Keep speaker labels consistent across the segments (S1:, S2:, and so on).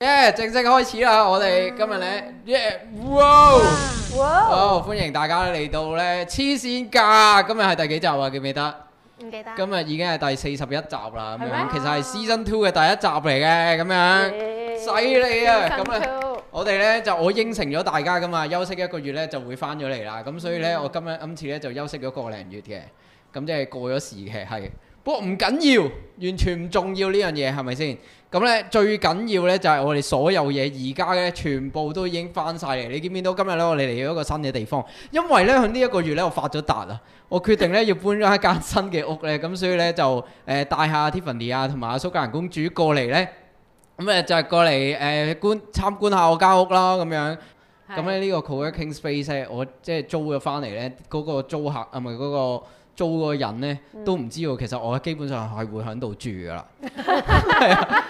S1: 咧，正式開始啦！我哋今日咧，耶！哇！
S2: 哇！
S1: 好，歡迎大家嚟到咧黐線㗎！今日係第幾集啊？記唔記得？
S2: 唔記得。
S1: 今日已經係第四十一集
S2: 係
S1: 啦，咁樣
S2: 咩
S1: 其實係 Season Two 嘅第一集嚟嘅，咁樣。犀利啊咁啊我哋咧就我應承咗大家噶嘛，休息一個月咧就會翻咗嚟啦。咁所以咧，我今日今次咧就休息咗個零月嘅，咁即係過咗時嘅係。不過唔緊要，完全唔重要呢樣嘢係咪先？咁咧最緊要咧就係我哋所有嘢而家咧全部都已經翻晒嚟。你見唔見到今日咧我哋嚟咗一個新嘅地方？因為咧喺呢一個月咧我發咗達啊，我決定咧要搬咗 一間新嘅屋咧，咁所以咧就誒、呃帶下 à, Tiffany à, 啊同埋阿蘇格蘭公主過嚟咧。咁誒就係過嚟誒觀參觀下我間屋啦，咁樣。咁咧呢個 co-working space 咧，我即係租咗翻嚟咧，嗰、個租客啊，唔係嗰個租嗰個人咧，
S3: 嗯
S1: 都唔知道其實我基本上係會喺度住噶 啦。 係啊，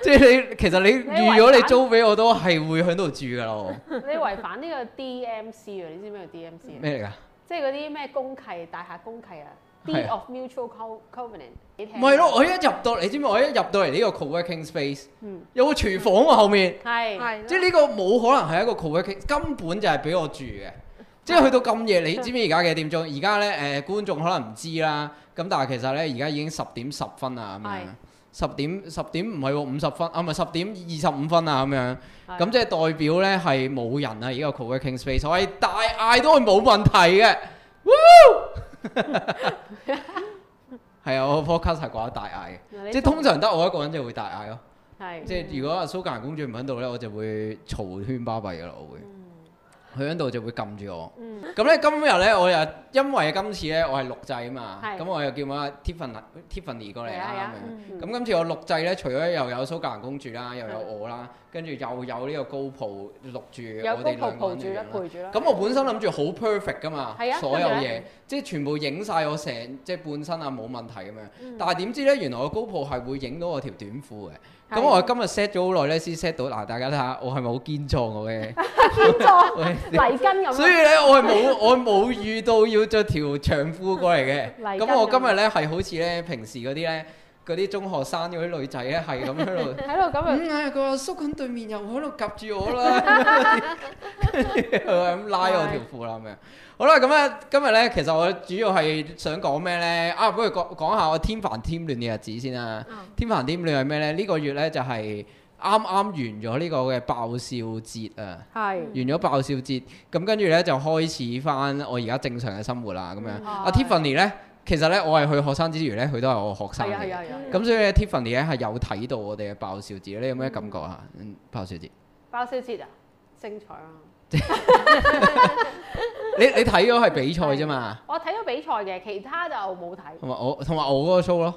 S1: 即係你其實你預咗你租俾我都係會喺度住噶 咯。
S3: 你違反呢個 DMC 啊！你知唔知咩叫 DMC 啊？
S1: 咩嚟㗎？
S3: 即係嗰啲咩公契、大廈公契啊
S1: 係
S3: ，Deed
S1: 啊
S3: of Mutual Co- Covenant。你
S1: 唔
S3: 聽過
S1: 係咯，，我一入到，你知唔知我一入到嚟呢個 co-working space，
S3: 嗯
S1: 有個廚房喎後面。
S3: 係
S2: 係
S1: 即係呢個冇可能係一個 co-working，根本就係俾我住嘅。即係去到咁夜，你知唔知而家幾點
S3: 嗯
S1: 鐘？而家咧誒觀眾可能唔知啦，咁但係其實咧而家已經十點十分啦咁樣
S3: 係。
S1: 十點十點唔係喎，五十分啊，唔係十點二十五分啊咁樣。
S3: 係
S1: 咁即係代表咧係冇人啊，而家個 co-working space，我係大嗌都係冇問題嘅。Woo！係啊，我 podcast 係講得大嗌嘅，
S3: 你
S1: 即係通常得我一個人就會大嗌咯。
S3: 係
S1: 即係如果阿蘇格蘭公主唔喺度咧，我就會嘈圈巴閉噶啦，我會。
S3: 嗯
S1: 佢喺度就會撳住我。咁咧、今日咧，我又因為今次咧，我係錄製啊嘛，
S3: 係
S1: 咁我又叫埋 Tiffany Tiffany 過嚟
S3: 係啊係
S1: 啦
S3: 啊
S1: 咁樣。
S3: 嗯
S1: 咁今次我錄製咧，除咗又有蘇格蘭公主啦，又有我啦，跟住又有呢個高普錄住
S3: 有
S1: 我
S3: 高
S1: 哋
S3: 抱
S1: 兩個
S3: 抱
S1: 人
S3: 住啦，
S1: 樣啦
S3: 陪住啦。
S1: 咁我本身諗住好 perfect 噶嘛
S3: 係，啊
S1: 所有
S3: 跟住
S1: 嘢
S3: 呢
S1: 即係全部影晒我成即係半身啊冇問題咁樣。
S3: 嗯
S1: 但係點知咧，原來我高鋪係會影到我條短褲嘅。咁
S3: 係啊
S1: 我 今日 set 咗好耐咧，先 set 到嗱，大家睇下我係咪好堅壯我嘅？
S3: 天 作
S1: 喂
S3: 泥根咁啊
S1: 所以
S3: 樣，
S1: 咧，我係冇 我冇遇到要着條長褲過嚟嘅。
S3: 嚟
S1: 咁
S3: 緊
S1: 我今
S3: 咁
S1: 日咧係好似咧平時嗰啲咧嗰啲中學生嗰啲女仔咧係咁喺度。
S3: 喺度咁樣
S1: 嗯啊！佢阿叔喺對面又喺度夾住我啦，佢咁拉我條褲啦咁樣。好啦，咁咧今日咧，其實我主要係想講咩咧？啊，不如講講下我添煩添亂嘅日子先啦。添煩添亂係咩咧？呢、個月咧就係啱啱完咗呢個嘅爆笑節啊！
S3: 係
S1: 完咗爆笑節，咁跟住咧就開始翻我而家正常嘅生活啦。咁樣，阿 Tiffany 咧，其實咧我係佢學生之餘咧，佢都係我學生
S3: 係
S1: 嚟
S3: 啊
S1: 嘅
S3: 係啊係啊！
S1: 咁所以咧，Tiffany 咧係有睇到我哋嘅爆笑節，你有咩感覺啊？嗯爆笑節，
S3: 包小節啊，精彩啊！
S1: 你你睇咗係比賽啫嘛，
S3: 我睇咗比賽嘅，其他就冇睇。
S1: 同埋我同埋我嗰個 show 咯，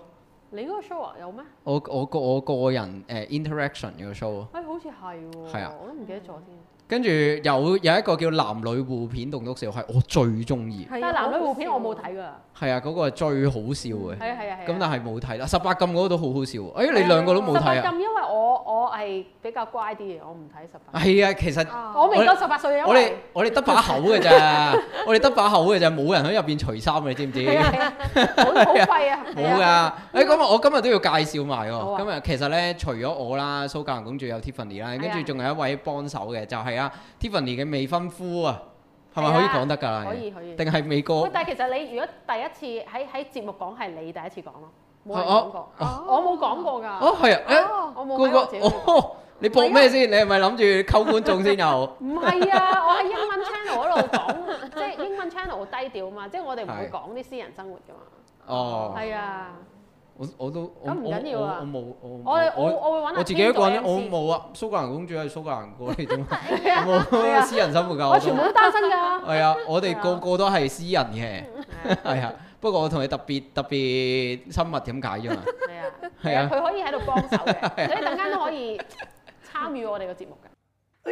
S3: 你嗰個 show 啊有咩？
S1: 我我個我個人誒、interaction 嗰個 show 咯，
S3: 哎，好似係喎。
S1: 係啊
S3: 我都唔記得咗添。
S1: 跟住有有一個叫男女互片棟篤笑係我最中意，
S3: 但係男女互片我冇睇㗎。係啊
S1: 係啊嗰、個係最好笑嘅，
S3: 係啊係啊。
S1: 咁但係冇睇啦，十八禁嗰個都好好笑喎，哎你兩個都冇睇
S3: 十八
S1: 啊？
S3: 禁，因為我我係比較乖啲嘅，我唔睇十八。
S1: 係啊，其實。
S4: Ờ.
S3: 我未夠十八歲，因
S1: 我哋
S3: 為
S1: 我哋得把口嘅咋，我哋得把口嘅咋，冇人喺入邊除衫嘅，你知唔知？
S3: 係啊係啊，好好 貴啊！
S1: 冇㗎，誒咁啊我今日都要介紹埋
S3: 好
S1: 喎。
S3: 啊
S1: 今日其實咧，除咗我啦，蘇格蘭公主有 Tiffany 啦，跟
S3: 係
S1: 住
S3: 啊
S1: 仲有一位幫手嘅，就係啊 Tiffany 嘅未婚夫啊，係咪
S3: 係啊
S1: 可以講得㗎啦？
S3: 可以可以。
S1: 定係美
S3: 喂
S1: 國？，
S3: 但係其實你如果第一次喺喺節目講係你第一次講咯，冇人
S1: 哦
S3: 講過，
S4: Ờ.
S1: 哦
S3: 我冇講過㗎，
S1: 哦，係啊，
S3: 我
S1: 誒嗰
S3: 冇喺我
S1: 個
S3: 自己度講。
S1: 哦，你播咩先？你係咪諗住溝觀眾先又？
S3: 唔 係啊，我喺英文 channel 嗰度講，即係英文 channel 好低調啊嘛，即係我哋唔會
S1: 係
S3: 講啲私人生活㗎
S1: 哦
S3: 嘛。，係啊，
S1: 我我都我
S3: 咁唔
S1: 我
S3: 緊要啊
S1: 我冇我
S3: 我
S1: 冇
S3: 我我會揾
S1: 我自己一個人，我
S3: 冇，
S1: 冇啊。蘇格蘭公主係蘇格蘭歌嚟 啫嘛，我冇私人生活㗎。
S3: 啊我
S1: 我
S3: 全
S1: 都
S3: 部都單身㗎。
S1: 係啊，我哋
S3: 係啊嗯
S1: 個個都係私人嘅。 係啊，不過我同你特別特別親密咁解啫嘛。
S3: 係啊，
S1: 係
S3: 係
S1: 啊
S3: 啊，佢可以喺度幫手嘅， 所以陣間都可以參與我哋嘅節目嘅。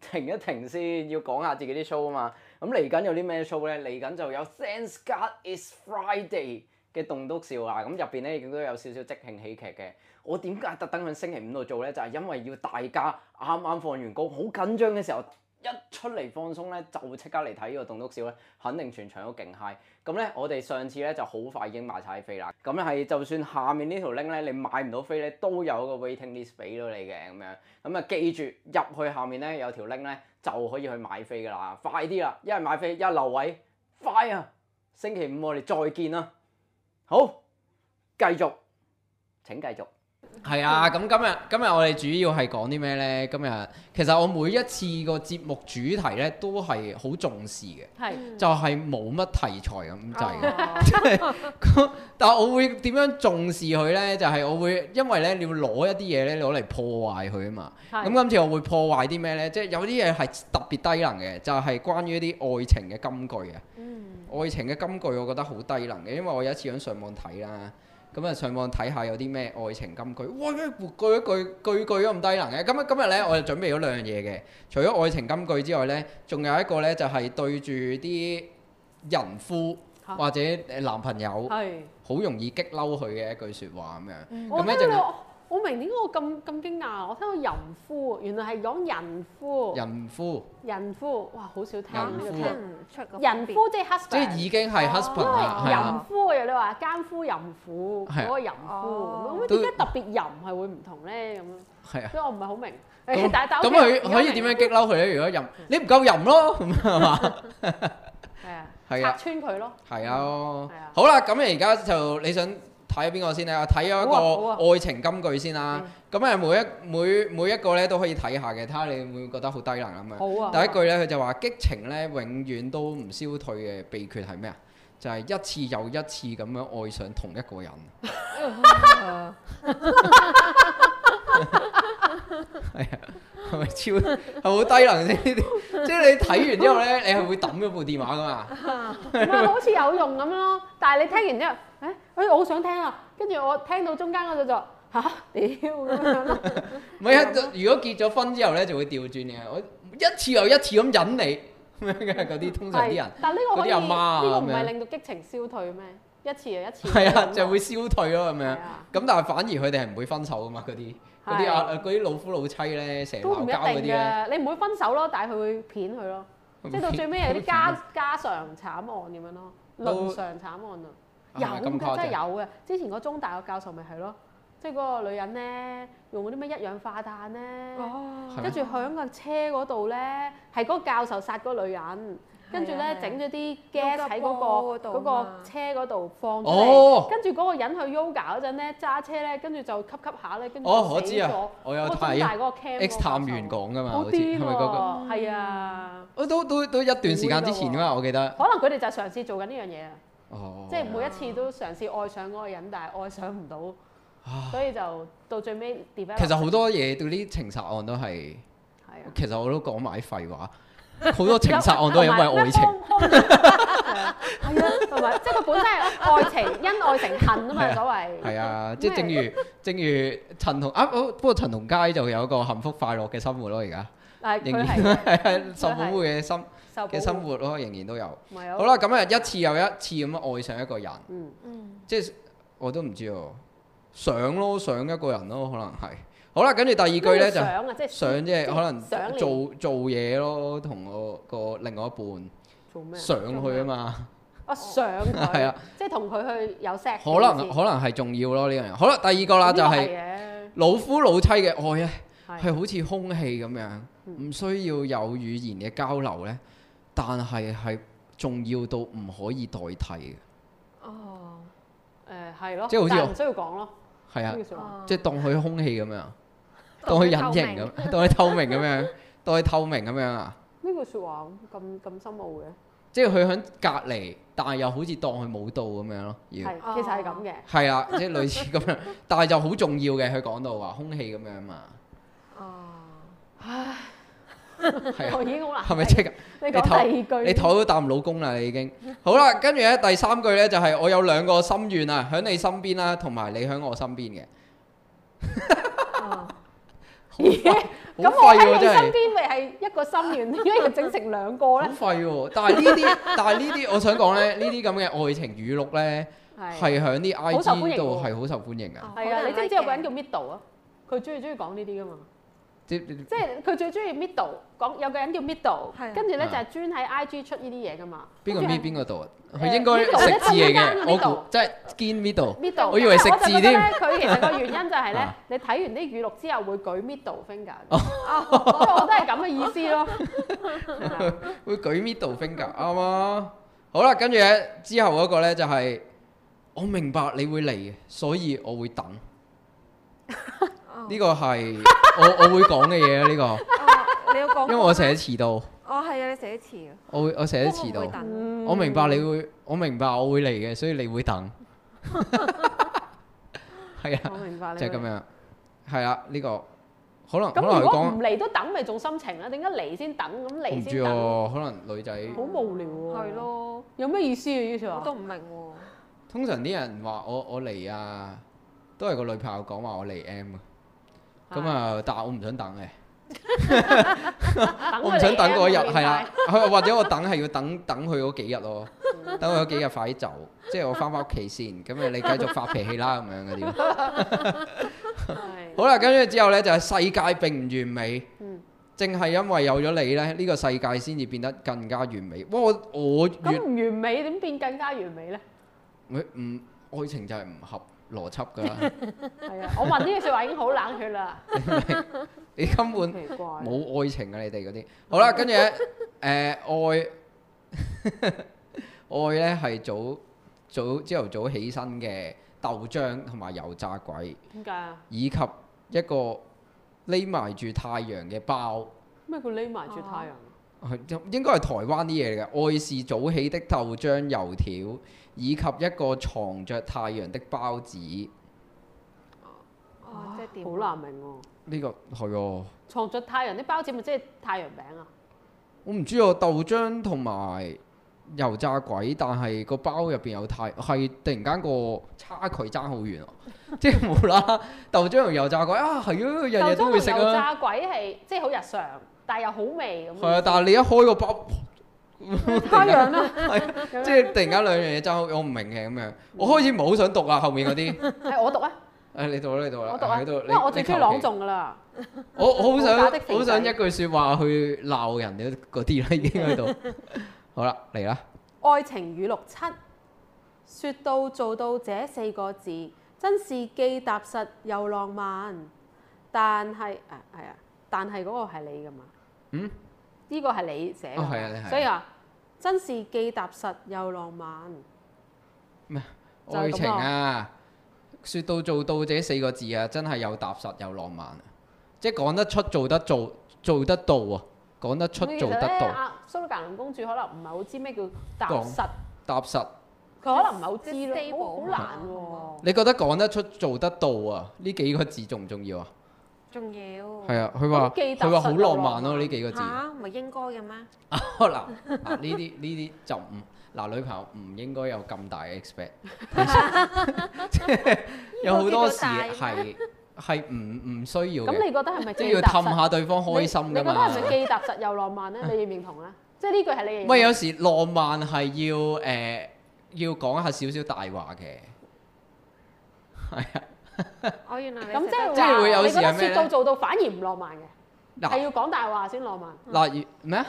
S1: 停一停先，要講下自己啲 show 啊嘛。咁嚟緊有啲咩 show 咧？嚟緊就有 Thanks God It's Friday 嘅棟篤笑啦。
S2: 啊
S1: 咁入邊咧亦都有少少即興喜劇嘅。我點解特登喺星期五度做咧？就係、因為要大家啱啱放完工，好緊張嘅時候，
S2: 一出嚟放鬆咧，就即刻嚟睇呢個棟篤笑咧，肯定全場都勁 high。咁咧，我哋上次咧就好快已經賣晒飛啦。咁咧係就算下面呢條 link 咧，你買唔到飛咧，都有個 waiting list 俾到你嘅咁樣。咁啊，記住入去下面咧有條 link 咧就可以去買飛噶啦，快啲啦！一係買飛，一係留位，快啊！星期五我哋再見啦。好，繼續，請繼續。
S1: 係啊，咁今日今日我哋主要係講啲咩呢？今日啊其實我每一次個節目主題呢，都係好重視嘅，
S4: 係
S1: 就係冇乜題材咁滯嘅。
S3: 哦
S1: 即係咁但係我會點樣重視佢呢？就係、我會因為呢，你要攞一啲嘢呢，攞嚟破壞佢啊嘛。
S4: 係
S1: 咁今次我會破壞啲咩呢？即係有啲嘢係特別低能嘅，就係、關於一啲愛情嘅金句啊。
S3: 嗯
S1: 愛情嘅金句我覺得好低能嘅，因為我有一次喺上網睇啦，咁啊上網睇下有啲咩愛情金句，哇！句一句句句都咁低能嘅。咁啊今日呢，我就準備咗兩樣嘢嘅，除咗愛情金句之外呢，仲有一個呢，就係、對住啲人夫
S4: 嚇
S1: 或者誒男朋友。
S4: 係
S1: 好容易激嬲佢嘅一句説話咁樣。
S3: 我
S1: 咁咧
S3: 聽
S1: 就
S3: 到我明點解我咁咁驚訝，我聽到淫夫，原來係講人夫，
S1: 人夫
S3: 人夫，哇，好少聽啊呢個
S1: 人夫啊
S3: 聽。
S4: 唔出個
S3: 人夫即係
S1: 即
S3: husband，
S1: 係已經係 husband 啦，係
S3: 淫
S1: 啊，
S3: 夫啊！你話奸夫淫婦
S1: 係啊
S3: 嗰個淫
S4: 哦
S3: 夫，咁點解特別淫係會唔同咧？咁樣，
S1: 係啊。
S3: 所以我唔係好明。
S1: 咁
S3: 但係但係
S1: 咁
S3: OK，
S1: 佢
S3: 而家
S1: 可以
S3: 明
S1: 點樣激嬲佢咧？如果淫，你唔夠淫咯，咁係嘛？
S3: 係啊，
S1: 係
S3: 拆
S1: 啊
S3: 穿佢咯。
S1: 係啊
S3: 係啊。
S1: 好啦，咁而家就你想睇邊個先咧？我睇咗
S3: 好啊嗯
S1: 一
S3: 好
S1: 個愛情金句先啦。咁啊，每一每每一個咧都可以睇下嘅，睇下你會唔會覺得好低能咁樣。
S3: 好啊，
S1: 第一句咧，佢就話激情咧永遠都唔消退嘅秘訣係咩啊？就係、一次又一次咁樣愛上同一個人。
S4: Ờ.
S1: 係啊，係咪超係好低能先？呢啲即係你睇完之後咧，你係會抌咗部電話噶嘛？ 啊
S3: 唔係好似有用咁樣咯。但係你聽完之後，誒，哎我好想聽啊！跟住我聽到中間嗰度就吓，屌咁樣咯。
S1: 唔係啊，如果結咗婚之後咧，就會調轉嘅。我一次又一次咁引你咁樣嘅
S3: 嗯
S1: 嗰啲，通常啲人
S3: 係，但係呢個可以，
S1: 嗰啲阿媽啊
S3: 呢個唔
S1: 咁樣
S3: 係令到激情消退咩？一次又一次。
S1: 係啊，就會消退咯咁
S3: 係
S1: 樣。
S3: 啊，
S1: 咁但係反而佢哋係唔會分手噶嘛，嗰啲嗰啲啊嗰啲老夫老妻咧，成日
S3: 都唔
S1: 鬧
S3: 一
S1: 交嗰啲啊
S3: 定
S1: 咧，
S3: 嘅。你唔會分手咯，但係佢會騙佢 咯。即係到最尾有啲家家常慘案咁樣咯，
S1: 都
S3: 倫常慘案啊，
S1: 啊
S3: 有
S1: 咁誇張
S3: 㗎，真係有嘅。之前個中大個教授咪係咯，即係嗰個女人咧用嗰啲咩一氧化碳咧，
S4: 哦
S1: 係咩
S3: 跟住響個車嗰度咧，係嗰個教授殺嗰個女人，跟住咧整咗啲 gas 喺嗰
S4: 嗰
S3: 個
S4: 度
S3: 啊嗰
S4: 嘛
S3: 個車嗰度放出嚟。
S1: 哦
S3: 跟住嗰個人去 yoga 嗰陣咧，揸車咧，跟住就吸吸下咧，跟住
S1: 哦，
S3: 就
S1: 我
S3: 死
S1: 知啊
S3: 咗。，
S1: 我有
S3: 嗰個中大
S1: 睇
S3: 嗰個 cam 嗰個
S1: X 探員
S3: 教授
S1: 講噶嘛，
S3: 好
S1: 好似係
S3: 癲
S1: 咪嗰個？嗯
S3: 喎，係啊。
S1: 我都都都一段時間之前噶嘛，我記得。
S3: 可能佢哋就係嘗試做緊呢樣嘢啊，
S1: 哦，
S3: 即係每一次都嘗試愛上嗰個人，但係愛上唔到，所以就到最尾 develop
S1: 哦啊其實好多嘢對呢啲情殺案都係，
S3: 係啊，
S1: 其實我都講埋啲廢話。好多情殺案都係因為愛情，
S3: 同埋咩方方面 係啊，同埋即係佢本身係愛情，因愛成恨啊
S1: 係啊
S3: 嘛，所謂
S1: 係啊，即係正
S3: 咩
S1: 如正如陳同啊，不過陳同佳就有一個幸福快樂嘅生活咯，而家
S3: 但係
S1: 仍
S3: 佢
S1: 然
S3: 係
S1: 係啊受保護嘅生
S3: 受保
S1: 嘅生
S3: 護，
S1: 活咯，仍然都有。
S3: 咪
S1: 好
S3: 有
S1: 啦，咁啊一次又一次咁樣愛上一個人，
S3: 嗯
S4: 嗯
S1: 即係我都唔知喎，想咯想一個人咯，可能係。好啦，跟住第二句咧就係
S3: 想啊，即係
S1: 想即係可能
S3: 想你
S1: 做做嘢咯，同我個另外一半
S3: 做咩啊？
S1: 上去啊嘛，
S3: 啊想
S1: 係
S3: 佢
S1: 啊，
S3: 即係同佢去有 sex，
S1: 可 能可能係重要咯呢樣嘢。好啦，第二個啦就
S3: 係
S1: 係
S3: 嘅
S1: 老夫老妻嘅愛咧，
S3: 係嗯
S1: 係好似空氣咁樣，唔需要有語言嘅交流咧，但係係重要到唔可以代替嘅，
S4: 哦
S3: 誒係咯，
S1: 即係好似
S3: 但係唔需要講咯，
S1: 係啊
S3: 呢，個説話
S4: Ờ.
S1: 即係當佢空氣咁 樣，啊當佢隱形咁， 當佢透明咁樣，當佢透明咁樣啊，
S3: 呢句説話咁咁深奧嘅。
S1: 即係佢喺隔離，但係又好似當佢冇到咁樣咯，要。
S3: 係，其實係咁嘅。
S1: 係啦，即係類似咁樣，但係就好重要嘅。佢講到話空氣咁樣嘛，
S4: 哦
S1: 係啊，
S3: 我已經好難。
S1: 係咪即係
S3: 你
S1: 你頭
S3: 講第二句，
S1: 你 唞到啖老公啦？你已經好啦，跟住咧第三句咧就係、我有兩個心願啊，喺你身邊啦，同埋你喺我身邊嘅。
S4: 哦
S1: 好廢
S3: 咁
S1: 好
S3: 我
S1: 廢
S3: 喺
S1: 喎，
S3: 你
S1: 真
S3: 身
S1: 係
S3: 邊咪係一個心願， 點解要整成兩個
S1: 好
S3: 咧？
S1: 廢喎！但係呢啲，但係呢啲，我想講咧，呢啲咁嘅愛情語錄咧，
S3: 係
S1: 係喺啲
S3: 好受歡迎
S1: IG 度
S3: 喎
S1: 係好受歡迎嘅。
S4: 哦
S3: 係啊！你知唔知有個人叫 Middle 啊？佢中意中意講呢啲噶嘛？
S1: 即即
S3: 即係佢最中意 middle，講有個人叫 middle，
S4: 係啊
S3: 跟住咧就
S1: 啊
S3: 係專喺 IG 出呢啲嘢噶嘛。
S1: 邊個
S3: 跟住
S1: mid
S3: 係
S1: 邊個度啊？佢
S3: 誒
S1: 應該
S3: 呢度
S1: 食字嚟
S3: 呢
S1: 嘅，
S3: 度
S1: 我估即係堅 middle。
S3: middle，
S1: 我以為食字
S3: 因為我就覺得
S1: 添
S3: 咧佢其實個原因就係 咧
S1: 啊，
S3: 你睇完啲語錄之後會舉 middle finger，所以我都係咁嘅意思 咯。係啦
S1: 會舉 middle finger 啱啊！好啦，跟住咧之後嗰個咧就係、我明白你會嚟嘅，所以我會等。
S3: 哦
S4: Ờ.
S1: 呢個係我我會講嘅嘢啊！呢、個，
S4: 你有講
S1: 因為我成日遲到，
S4: 哦係啊，你寫詞啊，
S1: 我會我成日遲
S4: 我唔會
S1: 到。
S4: 等
S3: 嗯
S1: 我明白你會，我明白我會嚟嘅，所以你會等。係
S3: 我
S1: 啊，
S3: 明哦白你。
S1: 就係、咁。樣。係啊，呢、個可能可
S3: 咁
S1: 能
S3: 如
S1: 佢
S3: 果唔
S1: 講，
S3: 嚟都等，咪仲心情啦？點解嚟先等？咁
S1: 我唔
S3: 嚟
S1: 知啊
S3: 先等，
S1: 喎，可能女仔。
S3: 好無聊喎。
S4: 係，咯，
S3: 有咩意思啊？於是
S4: 我
S3: 話
S4: 都唔明喎。
S1: 通常啲人話我我嚟啊，都係個女朋友講話我嚟 M 啊。咁啊，但係我唔想等嘅，
S3: 等
S1: 我
S3: 佢
S1: 唔想
S3: 嚟
S1: 等
S3: M
S1: 嗰一日，
S3: 明
S1: 係啦
S3: 白，
S1: 係或者我等係要等 等佢嗰幾日咯，
S3: 嗯
S1: 等佢嗰幾日快啲走，即係我翻返屋企先，咁啊你繼續發脾氣啦咁樣嗰啲。
S3: 係
S1: 好啦，跟住之後呢，就係世界並唔完美
S3: 嗯，
S1: 正係因為有咗你呢，呢個世界先至變得更加完美。哇！我我越
S3: 咁唔完美點變更加完美咧？
S1: 唔嗯愛情就係唔合邏輯㗎 啦，
S3: 係啊，我問呢句説話已經好冷血啦，
S1: 你根本。
S3: 奇怪。
S1: 冇愛情啊！你哋嗰啲，好啦，跟住咧，誒、愛 愛咧係早早朝頭早起身嘅豆漿同埋油炸鬼，
S3: 點解啊？
S1: 以及一個匿埋住太陽嘅包，
S3: 咩叫匿埋住太陽？
S1: 係應應該係台灣啲嘢嚟嘅。愛是早起的豆漿油條，以及一個藏着太陽的包子。
S4: 哦，即係點？
S3: 好。難明喎。
S1: 呢、個係喎，
S3: 藏着太陽啲包子咪即係太陽餅啊？
S1: 我唔知喎，啊豆漿同埋油炸鬼，但係個包入邊有太係突然間個差距爭好遠啊！ 即係無啦啦豆漿同油炸鬼啊，係啊，日日都會食
S3: 豆漿同油
S1: 啊，
S3: 炸鬼係即係好日常，但係又好味咁。
S1: 係啊！但係你一開個 包，啊
S3: 太陽啦，
S1: 即係突然間兩樣嘢爭好，我唔明嘅咁樣。我開始唔係好想讀啊啦，後面嗰 啲，
S3: 係我讀啊，
S1: 誒你讀啦，你讀啦，
S3: 我讀啊，
S1: 你讀
S3: 因
S1: 你
S3: 為我最中意
S1: 你求
S3: 朗
S1: 其
S3: 誦噶啦。
S1: 我我好想
S3: 好打的肥仔
S1: 好想一句説話去鬧人嗰啲啦，已經喺 度。好啦，嚟啦，
S3: 愛情語錄七，説到做到這四個字，真是既踏實又浪漫。但係啊係啊，但係嗰個係你噶嘛？
S1: 嗯，
S3: 呢個係你寫㗎
S1: 哦
S3: 嘛
S1: 係啊係啊
S3: 所以啊，真是既踏實又浪漫。就係咁
S1: 愛
S3: 咯
S1: 情啊，説到做到這四個字啊，真係又踏實又浪漫啊，即係講得出做得做做得到啊，講得出
S3: 咁其實
S1: 做得
S3: 咧
S1: 到，
S3: 阿蘇格蘭公主可能唔係好知咩叫踏
S1: 講
S3: 實，
S1: 踏實。
S3: 佢可能唔係好知
S4: 即係
S3: 咯，
S4: stable
S3: 好好難喎。
S1: 你覺得講得出做得到啊？呢幾個字重唔重要啊？
S4: 仲要。
S1: 係啊，佢話
S3: 咁既踏實
S1: 佢話好浪漫
S3: 又浪
S1: 咯，
S3: 漫啊
S1: 呢幾個字。
S4: 嚇，唔係應該嘅咩？
S1: 嗱嗱呢啲呢啲就唔嗱女朋友唔應該有咁大嘅 expect，即係有好多時係係唔唔需要
S3: 咁
S1: 嘅，
S3: 你覺得係咪
S1: 即
S3: 既
S1: 係要
S3: 踏
S1: 氹
S3: 實？
S1: 下對方開心
S3: 你
S1: 㗎
S3: 你覺得
S1: 嘛
S3: 係。咪既踏實又浪漫咧？你認唔認同咧？即係呢句係你認
S1: 唔
S3: 同。
S1: 係有時浪漫係要誒、呃要講下少少大話嘅，
S4: 哦，原來你
S3: 咁即
S4: 食
S3: 係
S4: 得
S3: 話
S1: 即係會有
S3: 你
S1: 時
S3: 覺得
S1: 係咩
S3: 説
S1: 呢
S3: 到做到反而唔浪漫嘅，係
S1: 嗱
S3: 要講大話先浪漫。
S1: 嗱如咩啊？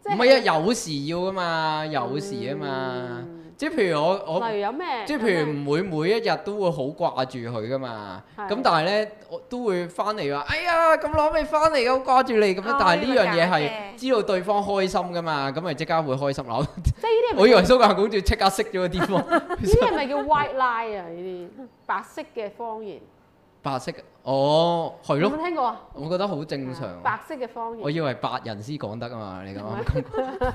S3: 即
S1: 唔係啊，有時要噶嘛，有時啊嘛，即係譬如我我
S3: 嗯例如有咩？啊
S1: 即係譬如唔會每一日都會好掛住佢噶嘛，
S3: 係
S1: 咁但係咧我都會翻嚟話，哎呀咁攞咪翻嚟，我掛住你咁樣
S4: 哦，
S1: 但係呢樣嘢
S4: 呢個
S1: 係
S4: 假嘅
S1: 知道對方開心噶嘛，咁咪即刻會開心啦。
S3: 即係呢啲係
S1: 我
S3: 咪
S1: 以為蘇格蘭公主即刻識咗個地方
S3: 呢啲係咪叫 white lie 啊？呢啲白色嘅謊言，
S1: 白色，哦係
S3: 有
S1: 咯
S3: 冇，聽過啊？
S1: 我覺得好正常。
S3: 白色嘅謊
S1: 我
S3: 言，
S1: 以為白人先講得啊嘛，你
S3: 唔
S1: 講
S3: 係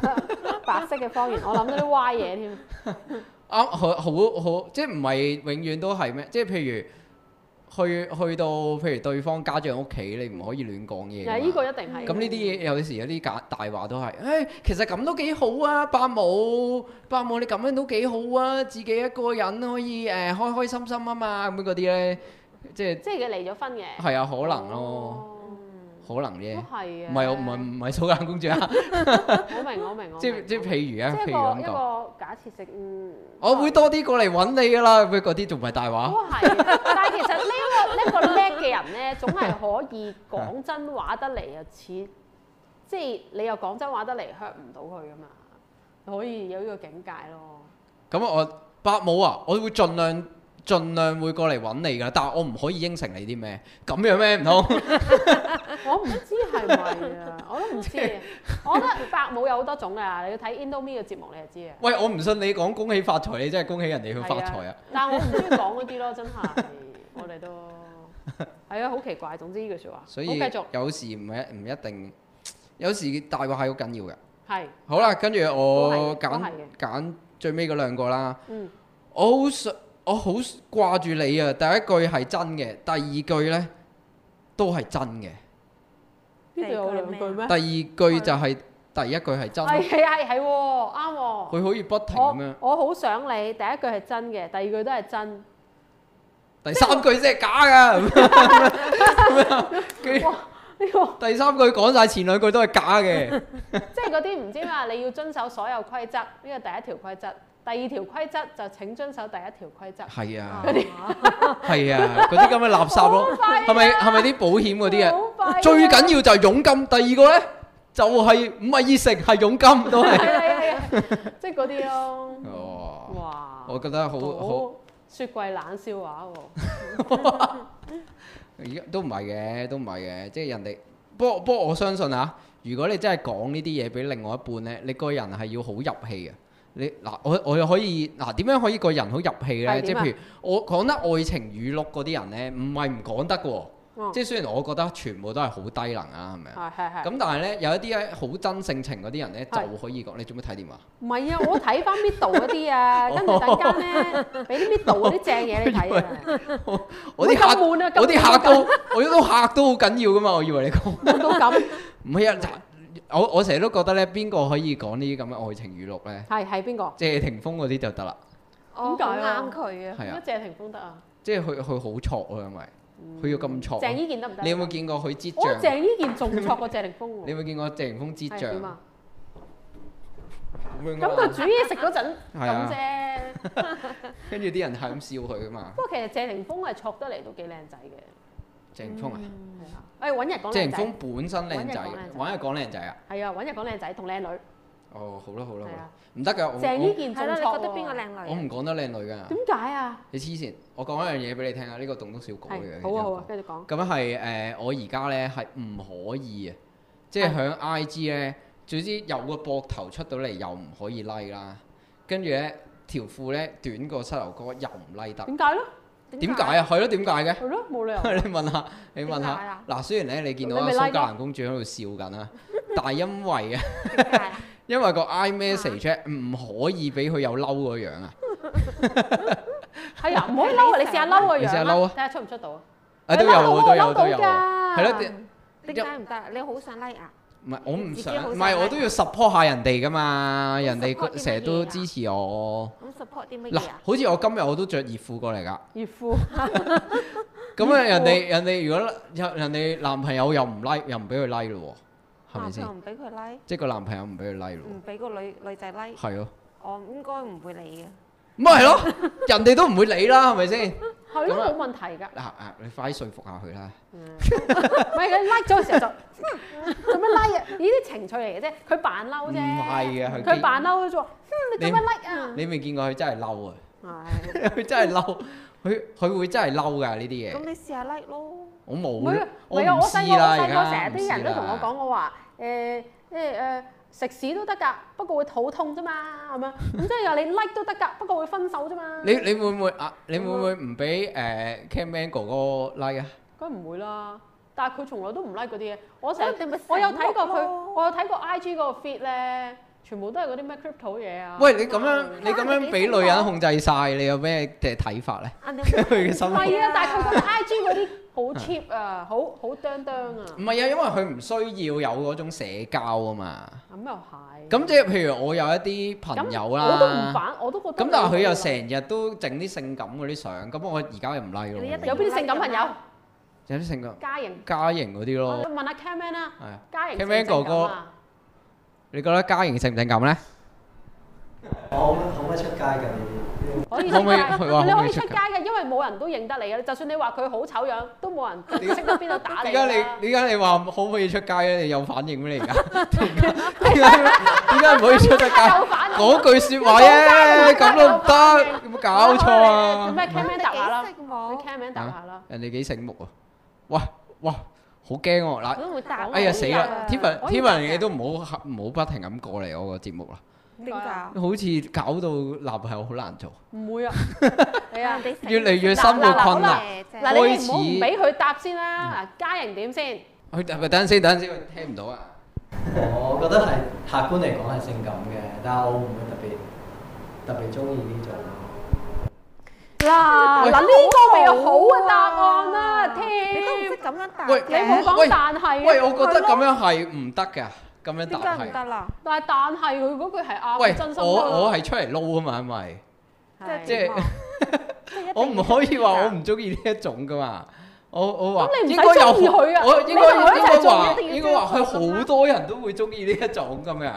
S3: 白色嘅謊言，我諗到啲歪嘢添。
S1: 啱好好好，即係唔係永遠都係咩？即係譬如去去到譬如對方家長屋企，你唔可以亂講嘢㗎嘛。
S3: 嗱，呢個一定係。
S1: 咁呢啲嘢有時有啲假大話都係，誒、其實咁都幾好啊，伯母，伯母你咁樣都幾好啊，自己一個人可以誒、開開心心啊嘛，咁樣嗰啲咧，即係
S3: 即係佢離咗婚嘅。
S1: 係啊，可能咯，
S3: 哦。
S1: 可能啫
S3: 都。係嘅。
S1: 唔係我唔係唔係蘇格蘭公主啊，
S3: 我明我明我明。
S1: 即即譬如啊，
S3: 即係
S1: 譬如
S3: 一個
S1: 咁
S3: 一
S1: 講，
S3: 個假設性，嗯，
S1: 我會多啲過嚟揾你噶啦，佢嗰啲仲唔係大話？
S3: 都係。但係其實呢個呢個叻嘅人咧，總係可以講真話得嚟又似，即係你又講真話得嚟 hurt 唔到佢噶嘛，可以有呢個境界咯。
S1: 咁我伯母啊，我會盡量盡量會過嚟揾你噶，但係我唔可以應承你啲咩，咁樣咩唔通？
S3: 我唔知係咪啊，我都唔知啊。我覺得白母有好多種啊，你要睇 Indomie 嘅節目你就知啊。
S1: 喂，我唔信你講恭喜發財，你真係恭喜人哋去發財
S3: 係
S1: 啊！！
S3: 但我唔中意講嗰啲咯，真係我哋都係啊，好奇怪。總之呢句説話，
S1: 所
S3: 好
S1: 以
S3: 繼續
S1: 有時唔係唔一定，有時大話係好緊要嘅。
S3: 係
S1: 好啦，跟住我
S3: 都係嘅都
S1: 揀
S3: 係嘅
S1: 揀最尾嗰兩個啦。
S3: 嗯
S1: 我好想，我好掛住你啊！第一句係真嘅，第二句呢都係真嘅。
S3: 呢度有兩句咩？
S1: 第二句就啊係第一句係真，
S3: 係係係係喎，啱喎。
S1: 佢可以不停咁樣
S3: 我。我好想你，第一句係真嘅，第二句都係真。
S1: 第三句先係假㗎 咁樣，咁樣
S3: 哇！呢、個
S1: 跟住第三句講晒前兩句都係假嘅。
S3: 即係嗰啲唔知嘛，你要遵守所有規則，呢個第一條規則。第二條規則就請遵守第一條規則。
S1: 係 啊，
S4: 啊
S1: 係啊，嗰啲咁嘅垃圾咯。係咪係咪啲保險嗰啲啊？最緊要就係佣金，第二個咧就係唔係熱誠係佣金都係。
S3: 係啊係啊，即係嗰啲咯。
S1: 哦，
S3: 哇！
S1: 我覺得好好，
S3: 雪櫃冷笑話喎，
S1: 而家都唔係嘅，都唔係嘅，即係人哋。不過不過我相信啊，如果你真係講呢啲嘢俾另外一半咧，你個人係要好入戲嘅。你嗱，我我又可以嗱點樣可以個人好入戲咧？
S3: 係
S1: 即
S3: 點
S1: 係
S3: 啊
S1: 譬如我講得愛情語錄嗰啲人咧，唔係唔講得嘅喎。
S3: 哦
S1: 即係雖然我覺得全部都係好低能啊，係咪啊？
S3: 係係係。
S1: 咁但係咧，有一啲咧好真性情嗰啲人咧，
S3: 係
S1: 就可以講你做咩睇電話？
S3: 唔係啊，我睇翻 Middle 嗰 啲啊，跟住等間咧，俾啲 Middle 嗰啲正嘢你睇啊。
S1: 我啲
S3: 咁
S1: 客，
S3: 悶啊，
S1: 我啲客
S3: 都
S1: 都，我啲客都好緊要噶嘛，我以為你講
S3: 悶到咁，
S1: 唔係啊！我我成日都覺得咧，邊個可以講呢啲咁嘅愛情語錄咧？
S3: 係係邊個？
S1: 謝霆鋒嗰啲就得啦，
S4: 我
S3: 點
S4: 好
S3: 解啊
S4: 啱佢啊！
S1: 係啊
S3: 點，解謝霆鋒得啊？
S1: 即係佢佢好挫啊，因為佢要咁挫
S3: 嗯鄭
S1: 啊。
S3: 伊健得唔得啊？
S1: 你有冇見過佢擠
S3: 我覺
S1: 醬？
S3: 得鄭伊健仲錯過謝霆鋒
S1: 你
S3: 喎。
S1: 有冇見過謝霆鋒擠
S3: 係
S1: 醬
S3: 點？啊？
S1: 咁樣
S3: 咁
S1: 㗎嘛
S3: 佢煮嘢食嗰陣
S1: 係啊
S3: 咁啫。
S1: 跟住啲人係咁笑佢噶嘛？
S3: 不過其實謝霆鋒係錯得嚟都幾靚仔
S1: 謝
S3: 嘅，
S1: 霆鋒啊，
S3: 係啊。誒揾人講
S1: 謝
S3: 靚
S1: 霆鋒
S3: 仔，
S1: 本身靚仔
S3: 搵
S1: 嘅，揾人
S3: 人講靚仔
S1: 講靚仔啊！
S3: 係啊，揾人講靚仔同靚女，
S1: 哦，好啦好啦好
S3: 係
S1: 啦
S3: 啊，
S1: 唔得㗎，我
S3: 鄭
S1: 我
S3: 伊健仲
S4: 係啦，
S3: 錯
S4: 你
S3: 喎
S4: 覺得邊個靚
S1: 我
S4: 女啊？
S1: 唔講得靚女㗎。
S3: 點解啊？
S1: 你黐線，我講一樣嘢俾你聽啊！呢、個棟篤笑改嘅
S3: 係，。好啊好啊，繼
S1: 其
S3: 續講。
S1: 實都咁樣係誒、呃我而家咧係唔可以啊，即係響 IG 咧，總之有個膊頭出到嚟又唔可以 like 啦，跟住咧條褲咧短過膝頭哥又唔 like 得，
S3: 點解咧？
S1: 點解啊？係咯，點解嘅？
S3: 係咯，冇理 由。
S1: 你問下，你問
S4: 點解
S1: 下
S4: 啊。
S1: 嗱，雖然咧你見到
S3: 你
S1: 阿
S3: 咪
S1: 蘇
S3: like
S1: 格
S3: 咯
S1: 蘭公主喺度笑緊啊， 但係因為啊，
S4: 點解啊？
S1: 因為個 iMessage 咧唔可以俾佢有嬲個樣啊，
S3: 係啊，唔可以嬲啊！你試下嬲個樣
S1: 你試下嬲啊
S3: 睇下出唔出到啊？
S1: 啊都有喎都有都有喎，係咯。
S4: 點解唔得？你好想 like 啊？
S1: 唔係我唔
S4: 自己
S1: 想，
S4: 好
S1: 唔
S4: 想
S1: 係我
S4: 拉
S1: 都要 support 下人哋噶嘛，人哋
S4: support 啲乜嘢
S1: 成日都
S4: 啊
S1: 支持我。
S4: 咁 support 啲乜
S1: 嗱
S4: 嘢啊，？
S1: 好似我今日我都着熱褲過嚟噶，
S3: 熱褲
S1: 咁啊人哋人哋如果有人哋男朋友又唔 like，又唔俾佢 like 咯喎，係咪
S4: 男朋
S1: 先
S4: 友？唔俾佢 like，
S1: 即係個男朋友唔俾佢 like 咯
S4: 唔俾個女女仔
S1: 喎，
S4: like，
S1: 係咯，
S4: 我應該唔會理嘅。
S1: 咪係咯，人哋都唔會理啦，係咪先？
S3: 係
S1: 咁
S3: 咯，
S1: 啊
S3: 冇問題㗎。
S1: 嗱啊，你快啲說服下佢啦。
S3: 唔係你 like 咗嘅 時候就做咩 like 啊？呢啲情趣嚟嘅啫，佢扮嬲
S1: 唔
S3: 啫。
S1: 係嘅，佢
S3: 佢
S1: 見
S3: 扮嬲啫喎。哼，你做咩 like 啊？
S1: 你未見過佢真係嬲啊！
S3: 係。
S1: 佢真係嬲，佢佢會真係嬲㗎呢啲
S4: 咁
S1: 嘢。
S4: 你試下 like 咯。
S1: 我
S3: 唔係
S1: 冇
S3: 啊，
S1: 我
S3: 唔
S1: 唔
S3: 係啊！我細個
S1: 知啦，
S3: 我
S1: 而
S3: 細個
S1: 家
S3: 成
S1: 唔
S3: 日啲人
S1: 知
S3: 都同我
S1: 啦
S3: 講，我話誒即係誒食屎都得㗎，不過會肚痛啫嘛，咁樣咁即係話你 like 都得㗎，不過會分手啫嘛。
S1: 你你會唔會啊？你會唔會唔俾誒 Camman 哥哥 like 啊？
S3: 梗係唔會啦，但係佢從來都唔 like 嗰啲嘢。我成日
S4: 你咪醒目咯
S3: 我有睇過佢，我有睇過 IG 嗰個 feed 咧，全部都係嗰啲咩 crypto 嘢啊。
S1: 喂，你咁樣
S3: 唔
S1: 你咁樣俾女人控制晒，你有咩嘅睇法 咧？
S4: 啊，你
S1: 佢嘅心態
S3: 係啊，但係佢嗰啲 IG 嗰啲好 cheap 啊，好好哚哚啊，
S1: 唔係啊，因為佢唔需要有嗰種社交啊嘛。
S3: 咁又係。
S1: 咁即係譬如我有一啲朋友
S3: 我都唔
S1: 啦，
S3: 反，我都覺得
S1: 咁但係佢又成日都整啲性感嗰啲相，咁我而家又唔 like
S4: 你一定
S1: 咯
S3: 有
S1: 喎。
S3: 邊啲性感朋友？
S1: 有啲性格
S3: 嘉瑩，
S1: 家型嗰啲
S3: 我
S1: 咯，
S3: 問下 Caman 啦，
S1: 係啊。
S3: 嘉瑩
S1: Cameron 哥哥你覺得家型性唔性感咧？
S5: 我可唔可以出街㗎？呢啲
S3: 可以
S1: 可唔
S3: 出
S1: 可以
S3: 街，
S1: 佢話可唔可以
S3: 你可以出
S1: 出
S3: 街
S1: 街
S3: 嘅，因為冇人都認得你嘅。就算你話佢好醜樣，都冇人識得邊度打你
S1: 點
S3: 啦。
S1: 解你點解你話可唔可以出街咧？你有反應咩嚟 㗎？點解點解唔可以出得街？
S3: 有反應
S1: 嗰句説話啫，咁都唔得，有冇搞錯
S3: 咁
S1: 啊？
S3: 咩 Caman 答下啦，
S4: 你幾識
S3: 你
S4: 我
S3: Caman 答下啦。
S1: 人哋幾醒目啊！哇哇，好驚喎！嗱，
S4: 我都會答
S3: 我
S1: 哎呀死啦
S3: 啊！
S1: 天文
S4: 我以為
S1: 天文你都唔好唔好不停咁過嚟我個節目啦，
S4: 點解？
S1: 好似搞到男朋友好難做，
S3: 唔會啊，係啊。
S4: 人哋
S1: 越嚟越生活困難。
S3: 嗱，
S4: 嗱
S3: 你哋唔好
S1: 開
S3: 唔
S1: 始
S3: 俾佢答先啦。嗱，嘉瑩點先？
S1: 佢等陣先，等陣先，佢聽唔到啊！
S5: 我覺得係客觀嚟講係性感嘅，但係我唔會特別特別中意呢種。
S3: 嗱
S1: 喂
S3: 嗱，呢個咪有好嘅答案啦，
S4: 你都唔
S3: 添
S4: 識。咁樣答
S1: 喂
S3: 你
S4: 嘅，
S3: 冇講但係
S1: 喂，我覺得
S3: 係咯
S1: 咁樣係唔得㗎，咁樣
S4: 點
S1: 答
S4: 解唔
S1: 係。
S4: 得啦？
S3: 但係但係佢嗰句係啱，
S1: 喂
S3: 我真，心
S1: 我我係出嚟撈啊嘛，因為
S4: 係
S1: 即係
S4: 點啊即係一定
S1: 我唔可以話我
S4: 要
S1: 唔中意呢一種噶嘛。我我話
S3: 咁你唔
S1: 應
S3: 使
S1: 該有
S3: 鍾意佢啊
S1: 好我
S3: 你
S1: 應該
S3: 同佢啊
S1: 應
S3: 一齊
S1: 該
S3: 做
S1: 話
S4: 一定要
S1: 應該話佢
S4: 鍾意佢㗎嘛
S1: 好多人都會中意呢一種咁樣。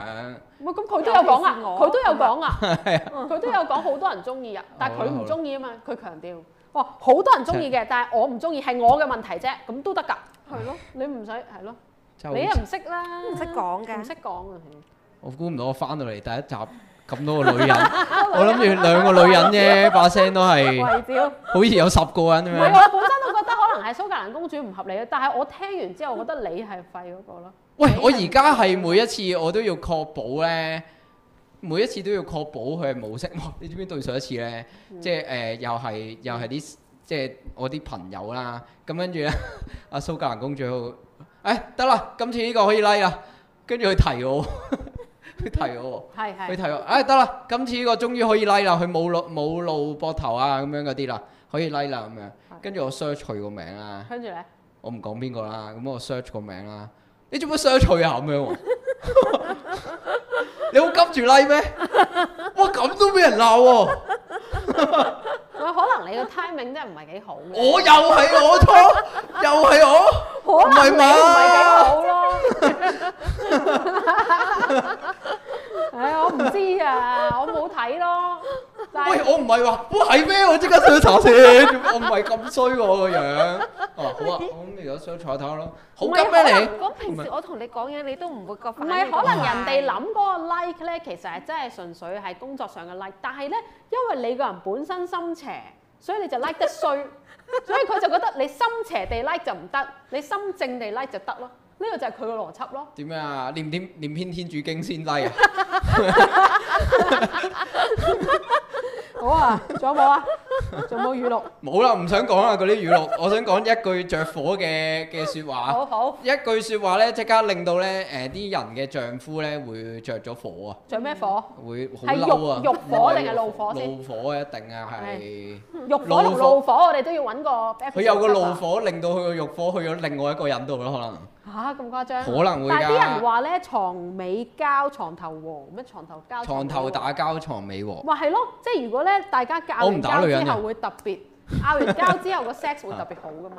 S3: 唔係咁佢都有講啊
S4: 尤其，是我
S3: 佢都有 講啊，佢都有講好多人中意啊，但係
S1: 好
S3: 佢
S1: 啦好
S3: 唔
S1: 啦
S3: 中意啊嘛，佢強調。哇，好多人中意嘅，但係我唔中意，係我嘅問題啫，咁都得㗎。係咯，你唔使係咯，
S1: 真係
S3: 你
S1: 好
S3: 又唔識啦，
S4: 唔識講㗎
S3: 唔識講啊。
S1: 我估唔到我翻到嚟第一集咁多個女人，我諗住兩個女人啫，把聲都係
S3: 喂，屌！
S1: 好似有十個人
S3: 唔
S1: 咁
S3: 係，
S1: 樣。
S3: 我本身都覺得可能係蘇格蘭公主唔合理啊，但係我聽完之後覺得你係廢嗰個咯。
S1: 喂，我而家係每一次我都要確保咧，每一次都要確保佢係冇色魔。 你知唔知對上一次咧，即係誒、呃又係又係啲即係我啲朋友啦，咁跟住咧 阿蘇格蘭公主喺度，誒得啦，今次呢個可以 like 啦，跟住佢提我， 佢提我。
S3: 係係
S1: 佢。提我，哎誒得啦，今次呢個終於可以 like 啦，佢冇露冇露膊頭啊咁樣嗰啲啦，可以 like 啦咁樣，跟住我 search 佢個名啦。
S3: 跟住咧，
S1: 我唔講邊個啦，咁我 search 個名啦。你做乜 search 佢啊咁樣喎？ 你好急住 like 咩？哇咁都俾人鬧喎！
S3: 喂，可能你個 timing 真係唔係幾好嘅。
S1: 我又係我錯，又係我，
S3: 可能啊你唔係幾 好咯。唉，我唔知啊，我冇睇咯。但
S1: 喂
S3: 係
S1: 我唔係話，哇係咩？我即刻上去查先，我唔係咁衰喎個樣。哦 好啊，咁而家 search 下睇下咯。好急咩你？
S4: 咁平時我同你講嘢，你都唔會覺
S3: 唔係可能人哋諗嗰個 like 咧，其實係真係純粹係工作上嘅 like，但係咧，因為你個人本身心邪，所以你就 like 得 衰，所以佢就覺得你心邪地 like 就唔得，你心正地 like 就得咯。呢個就係佢嘅邏輯咯。
S1: 點樣啊？念天念篇天主經先 like 啊？
S3: 好 啊，仲有冇啊？仲有冇語錄？
S1: 冇啦，唔想講啦嗰啲語錄，我想講一句着火嘅嘅説話。
S3: 好好，
S1: 一句説話咧，即刻令到咧誒啲人嘅丈夫咧會着咗火啊，
S3: 仲有咩火？
S1: 會好
S3: 係
S1: 嬲啊！
S3: 欲欲火定係
S1: 唔係
S3: 怒火先
S1: 怒火一定啊，係
S3: 欲火同怒火，我哋都要揾個 episode
S1: 佢有個怒火，令到佢個欲火去咗另外一個人度咯，
S3: 嚇咁誇張，
S1: 可能會㗎
S3: 但係啲人話咧，床尾交床頭和，咩床頭
S1: 可
S3: 交
S1: 能床頭
S3: 尾和
S1: 打交床尾和。
S3: 哇，係咯，即係如果咧大家拗
S1: 我唔
S3: 完
S1: 打
S3: 交
S1: 女人
S3: 之
S1: 嘅
S3: 後會特 別，拗完交之後個 sex 會特別好噶嘛，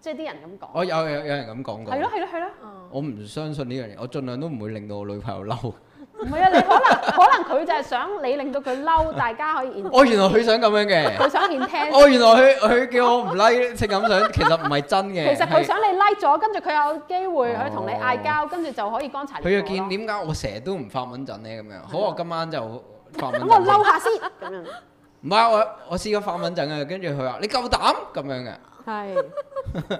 S3: 即係啲人咁講。
S1: 我有有有人咁講過
S3: 係，咯係咯係咯，
S1: 我唔相信呢樣嘢，我盡量都唔會令到我女朋友嬲。
S3: 唔係啊，你可能可能佢就係想你令到佢嬲，大家可以 in，
S1: 哦，原來佢想咁樣嘅。
S3: 佢想 intense，
S1: 哦，原來佢佢叫我唔 like 性感想，其實唔係真
S3: 其
S1: 嘅。
S3: 實佢
S1: 係
S3: 想你 like 咗，跟住佢有機會去同你
S1: 哦
S3: 嗌交，跟住就可以乾柴
S1: 佢
S3: 烈
S1: 又
S3: 火咯
S1: 見點解我成日都唔發蚊陣咧咁樣？好，我今晚就發蚊
S3: 咁 我
S1: 陣先
S3: 嬲。下先咁樣，
S1: 唔係我我試過發蚊陣啊，跟住佢話你夠膽咁樣嘅，
S3: 係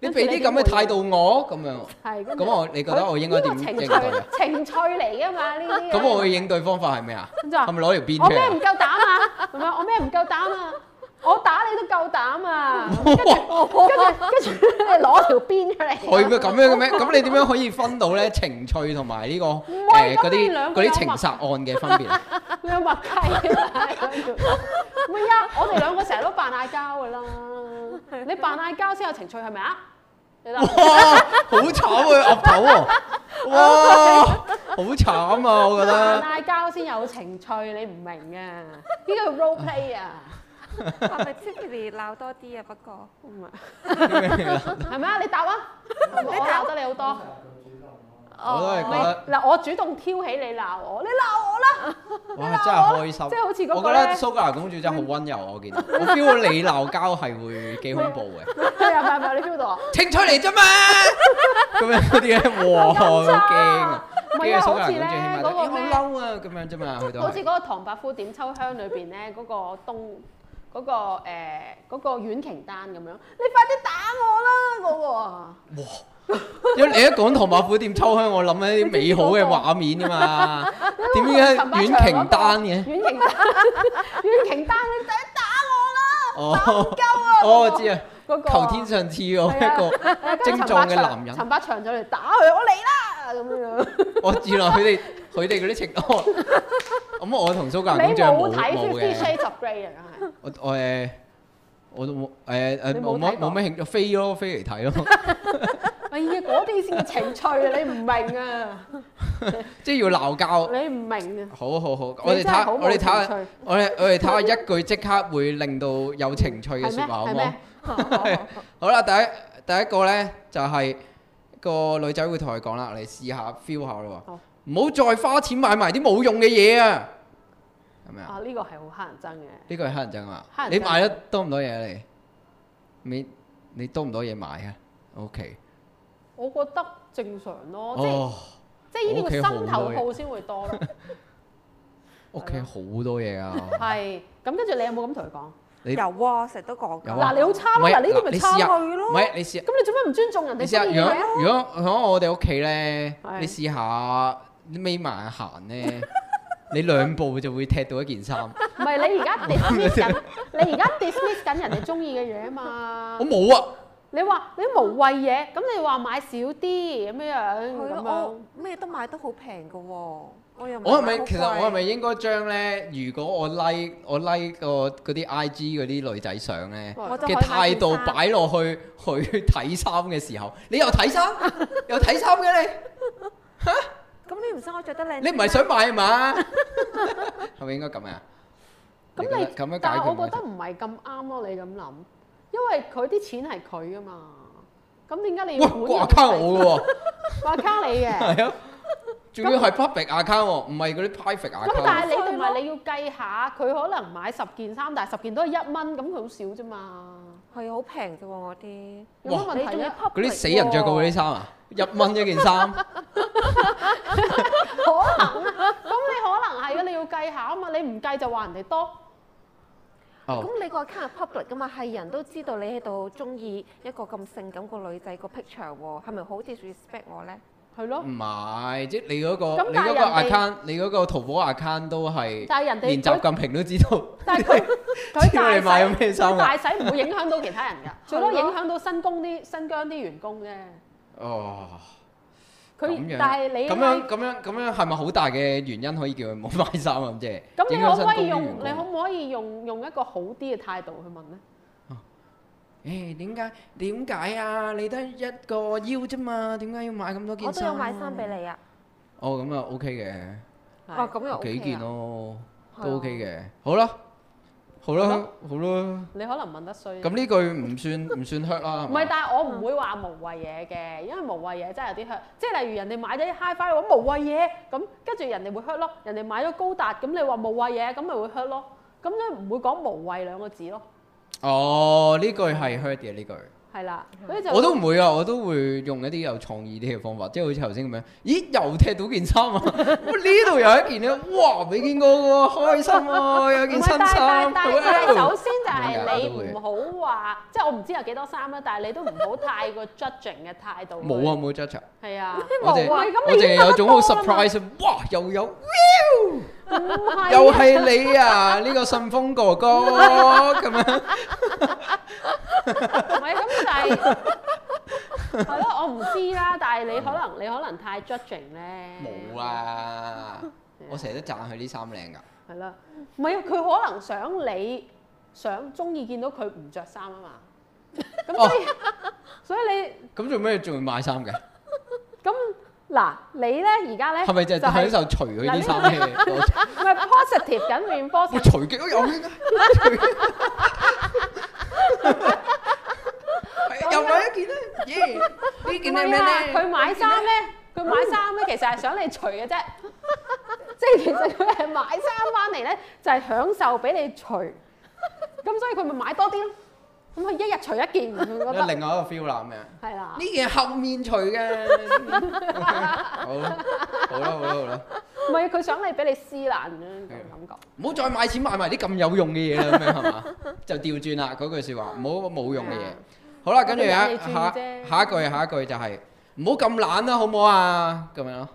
S1: 你俾啲咁嘅態度我咁樣，
S3: 係跟住
S1: 咁我你覺得我應該點
S3: 呢個
S1: 應
S3: 情
S1: 對
S3: 趣
S1: 啊？
S3: 情趣嚟噶嘛呢啲嘢。
S1: 咁我嘅應對方法係咩啊？
S3: 跟住話
S1: 係咪攞條鞭
S3: 我
S1: 出
S3: 咩
S1: 嚟
S3: 唔
S1: 啊？
S3: 夠膽啊？咁樣我咩唔夠膽啊？我打你都夠 膽啊！跟住跟住跟住你攞條鞭出嚟。
S1: 佢咪咁樣嘅咩？咁你點樣可以分到咧情趣同埋呢個誒
S3: 係
S1: 嗰
S3: 咁你
S1: 啲
S3: 兩個
S1: 嗰
S3: 有
S1: 啲情殺案嘅分 別啊？
S3: 你有默契啊！唔係啊，我哋兩個成日都扮嗌交㗎啦。你扮嗌交先有情趣係咪啊？你得
S1: 哇！好慘啊，岌頭喎！哇！好慘啊，我覺
S3: 扮
S1: 得。
S3: 嗌交先有情趣，你唔明啊？呢個叫 role play 啊！
S4: 係咪 Tiffany 鬧多啲啊？不過
S3: 唔係係咪啊？你答啊！我鬧得你好多。
S1: 我都係覺得，
S3: 嗱，我主動挑起你鬧我，你鬧我啦，
S1: 哇！真係開
S3: 啊即係
S1: 心。
S3: 好似嗰
S1: 我
S3: 個
S1: 覺得
S3: 咧，嗯
S1: 蘇格蘭公主真係好温柔，啊我見到。我 feel 到你鬧交係會幾恐怖嘅。
S3: 係啊，係咪你 feel 到啊？
S1: 情趣嚟啫 嘛，咁樣嗰啲咧，哇，好驚啊！
S3: 唔
S1: 跟
S3: 係啊，
S1: 住蘇
S3: 好
S1: 格
S3: 似
S1: 蘭公主起碼
S3: 咧嗰
S1: 都，
S3: 個
S1: 咦，
S3: 咩？
S1: 好嬲啊，咁樣啫嘛，去到
S3: 好似
S1: 係
S3: 嗰個唐伯虎點秋香裏邊咧，嗰個東嗰個誒嗰個阮瓊丹咁樣，你快啲打我啦嗰個啊！
S1: 因為你一講唐伯虎點秋香，我諗起啲美好嘅畫面㗎嘛。點解阮瓊丹 嘅？
S3: 阮瓊丹，阮瓊丹，你仔打我啦！
S1: 哦，哦，我
S3: 我
S1: 知啊，
S3: 嗰個啊
S1: 求天上賜我一個，
S3: 跟住陳百
S1: 精壯嘅
S3: 祥
S1: 男人
S3: 陳百祥就嚟打佢，我嚟啦咁樣。
S1: 我知啦，佢哋佢哋嗰啲情，哦咁我同蘇格蘭公
S3: 你
S1: 主係冇
S3: 冇睇
S1: 冇
S3: Fifty
S1: 嘅，
S3: Shades of Grey 啊，梗係。
S1: 我我誒。我都冇誒誒
S3: 你
S1: 冇
S3: 冇
S1: 乜
S3: 睇過
S1: 冇乜興趣，飛咯飛嚟 睇咯，
S3: 哎呀，嗰啲先叫情趣啊！你唔明啊，
S1: 即係要鬧交。
S3: 你唔明啊。
S1: 好好好，我哋睇
S3: 你真係
S1: 下
S3: 好
S1: 我哋
S3: 冇
S1: 睇下
S3: 情趣，
S1: 我哋我哋睇下一句即刻會令到有情趣嘅
S3: 係
S1: 説
S3: 咩？
S1: 話，好唔
S3: 係
S1: 好
S3: 咩？？好好好
S1: 好啦，第一第一個咧就係、個女仔會同佢講啦，你試下 feel 下咯
S3: 好
S1: 喎，唔好再花錢買埋啲冇用嘅嘢啊，係咪啊？
S3: 啊，呢個係好乞人憎嘅。
S1: 呢個係黑人憎啊
S3: 黑！人憎
S1: 你買得多唔多嘢啊？你你你多唔多嘢買啊？OK，
S3: 我覺得正常咯，即係
S1: 哦，
S3: 即係呢
S1: 我屋
S3: 啲
S1: 企
S3: 叫
S1: 好
S3: 心
S1: 多
S3: 頭
S1: 嘢
S3: 好先會多咯。
S1: 屋企好多嘢 啊！
S3: 係，咁跟住你有冇咁同佢講？
S1: 你
S4: 有啊，成日都講
S1: 有
S4: 㗎。
S1: 啊
S3: 嗱，你好差
S1: 唔
S3: 咯，
S1: 係
S3: 嗱呢啲咪
S1: 你
S3: 差
S1: 試下，
S3: 咯。
S4: 咯
S1: 唔係你試下。
S3: 咁你做咩唔尊重人
S1: 你
S3: 哋
S1: 試下，
S3: 中
S1: 如
S3: 意
S1: 果
S3: 嘅？
S1: 如果喺我哋屋企咧
S3: 係，
S1: 你試下眯埋眼行咧，你兩步就會踢到一件衫。
S3: 唔係你而家 dismiss 緊，你而家 dismiss 緊人哋中意嘅嘢啊嘛
S1: 我。冇啊，
S3: 你話你無謂嘢，咁你話買少啲咁樣樣
S4: 係
S3: 咁
S4: 咯，
S3: 樣。
S4: 我咩都買得好平㗎喎，我又唔
S1: 我係
S4: 買
S1: 咪
S4: 好
S1: 其實
S4: 貴
S1: 我係咪應該將咧？如果我 like 我 like 個嗰啲 IG 嗰啲女仔相咧
S3: 哇
S4: 我就
S1: 嘅
S4: 可以買件
S1: 態度
S4: 衫
S1: 擺落去去睇衫嘅時候，你又睇衫，又睇衫嘅
S4: 咁你唔使我着得靚啲
S1: 你，
S4: 咩，
S1: 你唔係想買啊嘛？係咪應該咁啊？
S3: 咁
S1: 覺
S3: 你
S1: 得咁樣
S3: 但
S1: 解決
S3: 係
S1: 唔
S3: 我
S1: 問
S3: 覺得唔係咁啱咯，你咁諗，因為佢啲錢係佢噶嘛，咁點解你
S1: 題
S3: 要
S1: 哇掛
S3: 管
S1: 卡我嘅喎。
S3: 掛卡你嘅？
S1: 係啊，仲要係 public account 喎，唔係嗰啲 private
S3: 咁但
S1: account。
S3: 係你同埋你要計下，佢可能買十件衫，但係十件都係一蚊，咁佢好少啫嘛，
S4: 係好平啫喎，我啲。
S3: 有乜
S1: 哇
S3: 問題啊？
S1: 嗰啲死人着過嗰啲衫啊，一蚊一件衫，
S3: 可能啊，咁你可能係啊，你要計下啊嘛，你唔計就話人哋多，
S1: 哦，
S4: 咁你個 account 係 public 噶嘛，係人都知道你喺度中意一個咁性感個女仔個 picture 喎，係咪好 disrespect 我咧？
S3: 係咯
S1: 唔。係，即係你嗰個
S3: 咁
S1: 你
S3: 但
S1: 嗰
S3: 係
S1: 個
S3: 人哋
S1: account，你嗰個淘寶 account 都係
S3: 但係人
S1: 連
S3: 哋
S1: 習
S3: 佢，
S1: 近平都知道，
S3: 但係佢佢
S1: 知道你
S3: 大
S1: 買
S3: 使
S1: 咗咩衫啊？
S3: 佢大使唔會影響到其他人㗎，最多影響到新工啲新疆啲員工啫。
S1: 哦，咁
S3: 佢
S1: 樣
S3: 但係你
S1: 咁樣咁樣咁樣係咪好大嘅原因可以叫佢冇買衫啊？咁即係
S3: 咁你
S1: 影響
S3: 可
S1: 新東
S3: 唔可
S1: 啲
S3: 以用
S1: 員工
S3: 你可唔可以用用一個好啲嘅態度去問咧？
S1: 誒點解點解啊？你得一個腰啫嘛，點解要買咁多
S4: 我
S1: 件
S4: 都
S1: 衫啊？
S4: 有買衫俾你啊！
S1: 哦，咁啊 OK 嘅。
S3: Ờ,
S4: 哦，咁又 OK
S1: 幾件
S4: 啊，
S1: 咯，
S4: 係
S1: 都
S4: 啊
S1: OK 嘅。好啦，好啦
S3: 好啦，
S1: 好啦。
S3: 你可能問得衰。
S1: 咁呢句唔 算唔算 hurt 啦，係
S3: 唔係，
S1: 咪？
S3: 但係我唔會話無謂嘢嘅，因為無謂嘢真係有啲 hurt。即係例如人哋買咗 HiFi 話無謂嘢，咁跟住人哋會 hurt 咯。人哋買咗高達，咁你話無謂嘢，咁咪會 hurt 咯。咁樣唔會講無謂兩個字咯，
S1: 哦，呢句係 hurt 嘅呢句。
S3: 係啦。所以就
S1: 我都唔會啊，我都會用一啲有創意啲嘅方法，即係好似頭先咁樣，咦又踢到件衫啊！哇呢度有一件咧，哇未見過喎，開心 啊，有
S3: 唔
S1: 件
S3: 係
S1: 新
S3: 但係
S1: 衫。哦
S3: 但係但係首先就
S1: 咁樣㗎
S3: 係
S1: 都會
S3: 你唔好話，即係我唔知有幾多衫啦，但係你都唔好太過 judging 嘅態度。
S1: 冇啊，冇 judge 啊，
S3: 係啊，
S1: 我淨
S3: 冇啊，
S1: 我
S3: 咁啊
S1: 淨
S3: 你
S1: 係有種好 surprise，哇啊又有。
S3: 唔係
S1: 又係你啊！呢個順豐哥哥 咁樣，
S3: 唔係咁，但係係咯，我唔知啦。但係你可能你可能太 judging 咧。
S1: 嗯冇！啊！我成日都讚佢啲衫靚噶，
S3: 係啦，唔係啊佢可能想你想中意見到佢唔着衫啊嘛。
S1: 哦
S3: 咁所以所以你
S1: 咁做咩仲要買衫嘅？
S3: 咁嗱，你咧而家咧
S1: 係咪就係
S3: 係
S1: 享受除佢啲衫嘅 過程？
S3: 唔係 positive 緊 r e i n f o r c
S1: 我除極都有嘅， 除極係又買一件啦，耶！呢件係
S3: à?
S1: 咩咧？
S3: 佢買衫咧，佢買衫咧，其實係想你除嘅啫。即係其實佢係買衫翻嚟咧，就係、享受俾你除。咁所以佢咪買多啲咯。咁佢一日除一件，佢覺
S1: 有
S3: 得
S1: 另外一個 feel 啦咁樣。
S3: 係啦。
S1: 呢件後面除嘅，好啦好啦好啦好啦，
S3: 唔係佢想你俾你撕爛咁樣
S1: 係
S3: 嘅感覺。
S1: 唔好再買錢買埋啲咁有用嘅嘢啦，咁樣 係嘛？就調轉啦嗰句説話，唔好冇用嘅嘢
S3: 係啊。
S1: 好啦，跟住啊
S3: 我哋引你轉
S1: 下
S3: 啫
S1: 下一句下一句就係唔好咁懶啦，好唔好啊？咁樣咯，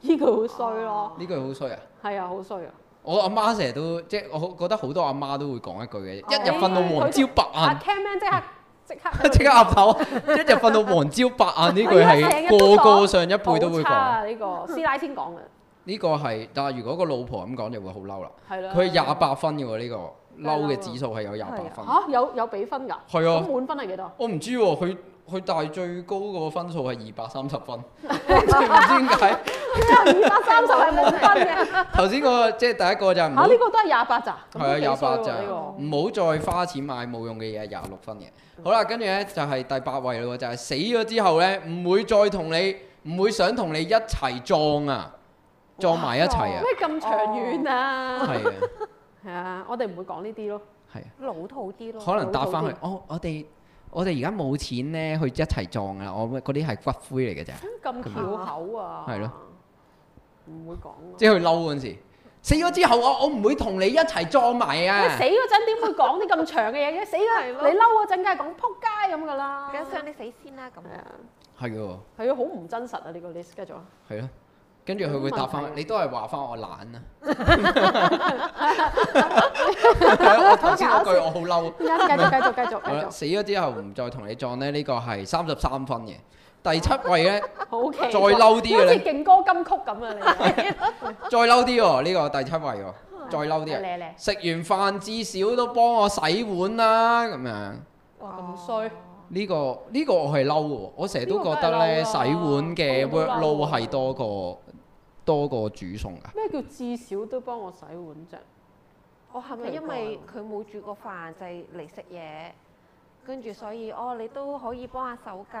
S3: 呢句好衰咯，
S1: 呢句好衰啊！
S3: 係啊，好衰啊！
S1: 我阿媽成日都即係我覺得好多阿媽都會講一句嘅，
S4: 哦
S1: 一日瞓到黃朝
S3: 阿
S1: 白
S3: Cam 咧即刻即刻
S1: 晏，即刻岌頭，一日瞓到黃朝白晏呢句係個個上一輩都會
S3: 好差
S1: 講。
S3: 啊！呢個師奶先講嘅，
S1: 呢個係，但係如果個老婆咁講就會好嬲啦。
S3: 係啦。
S1: 佢係廿八分嘅喎，呢個嬲嘅
S3: 梗係嬲啦
S1: 指數係有廿八分。
S3: 嚇有有比分㗎，
S1: 係啊
S3: 咁滿分係幾多？
S1: 我唔知喎，佢佢但係最高個分數係二百三十分， 即係唔知點解。
S3: 得三十係滿分嘅。
S1: 頭先嗰個即係第一個就係唔
S3: 嚇
S1: 好
S3: 呢個都係廿八咋？咁
S1: 係啊，
S3: 都幾
S1: 廿
S3: 衰
S1: 八
S3: 喎
S1: 咋
S3: 呢，個
S1: 唔好再花錢買冇用嘅嘢，廿六分嘅。
S3: 嗯
S1: 好啦，跟住咧就係第八位咯，就係死咗之後咧，唔會再同你，唔會想同你一齊撞啊，撞埋一齊啊，
S3: 咩咁長遠啊？
S1: 係啊，
S3: 係啊，我哋唔會講呢啲咯。
S1: 係啊，
S4: 老土啲咯。
S1: 可能答翻
S3: 老土
S1: 去
S3: 啲，
S1: 哦，我哋我哋而家冇錢咧去一齊撞啊，我嗰啲係骨灰嚟嘅咋，
S3: 咁翹口啊！
S1: 係咯，
S3: 唔會講咯。
S1: 即係佢嬲嗰陣時，死咗之後啊，我唔會同你一齊撞埋
S3: 你
S1: 啊
S3: 死，嗰陣點會講啲咁長嘅嘢嘅？死嗰
S4: 係咯
S3: 你嬲嗰陣梗係講撲街咁噶啦。
S4: 梗係想你死先啦咁
S3: 係。啊，
S1: 係喎，
S3: 係啊，好唔真實啊！呢個 list 繼續啊。
S1: 係咯，跟住佢會答翻，你都係話翻我懶 啊，係啊我頭先嗰句我好嬲。
S3: 而家 繼續繼續繼續
S1: 好啦，
S3: 繼
S1: 死咗之後唔再同你撞咧，呢、個係三十三分嘅。第七位咧，
S3: 續，好奇怪。
S1: 再嬲啲嘅
S3: 好似
S1: 咧，
S3: 勁歌金曲咁啊！你
S1: 再嬲啲喎，呢、個第七位喎，再嬲啲啊！
S3: 咧咧，
S1: 食完飯至少都幫我洗碗啦，咁樣。
S3: 哇咁衰。
S1: 呢、個呢、個我係嬲喎，我成日都覺得咧
S3: 呢個
S1: 洗
S3: 梗係嬲
S1: 碗嘅
S3: 啦我都嬲
S1: workload 係多過多過煮餸㗎。
S3: 咩叫至少都幫我洗碗啫？
S4: 我係咪因為佢冇煮過飯就係嚟食嘢，跟住所以哦你都可以幫下手㗎。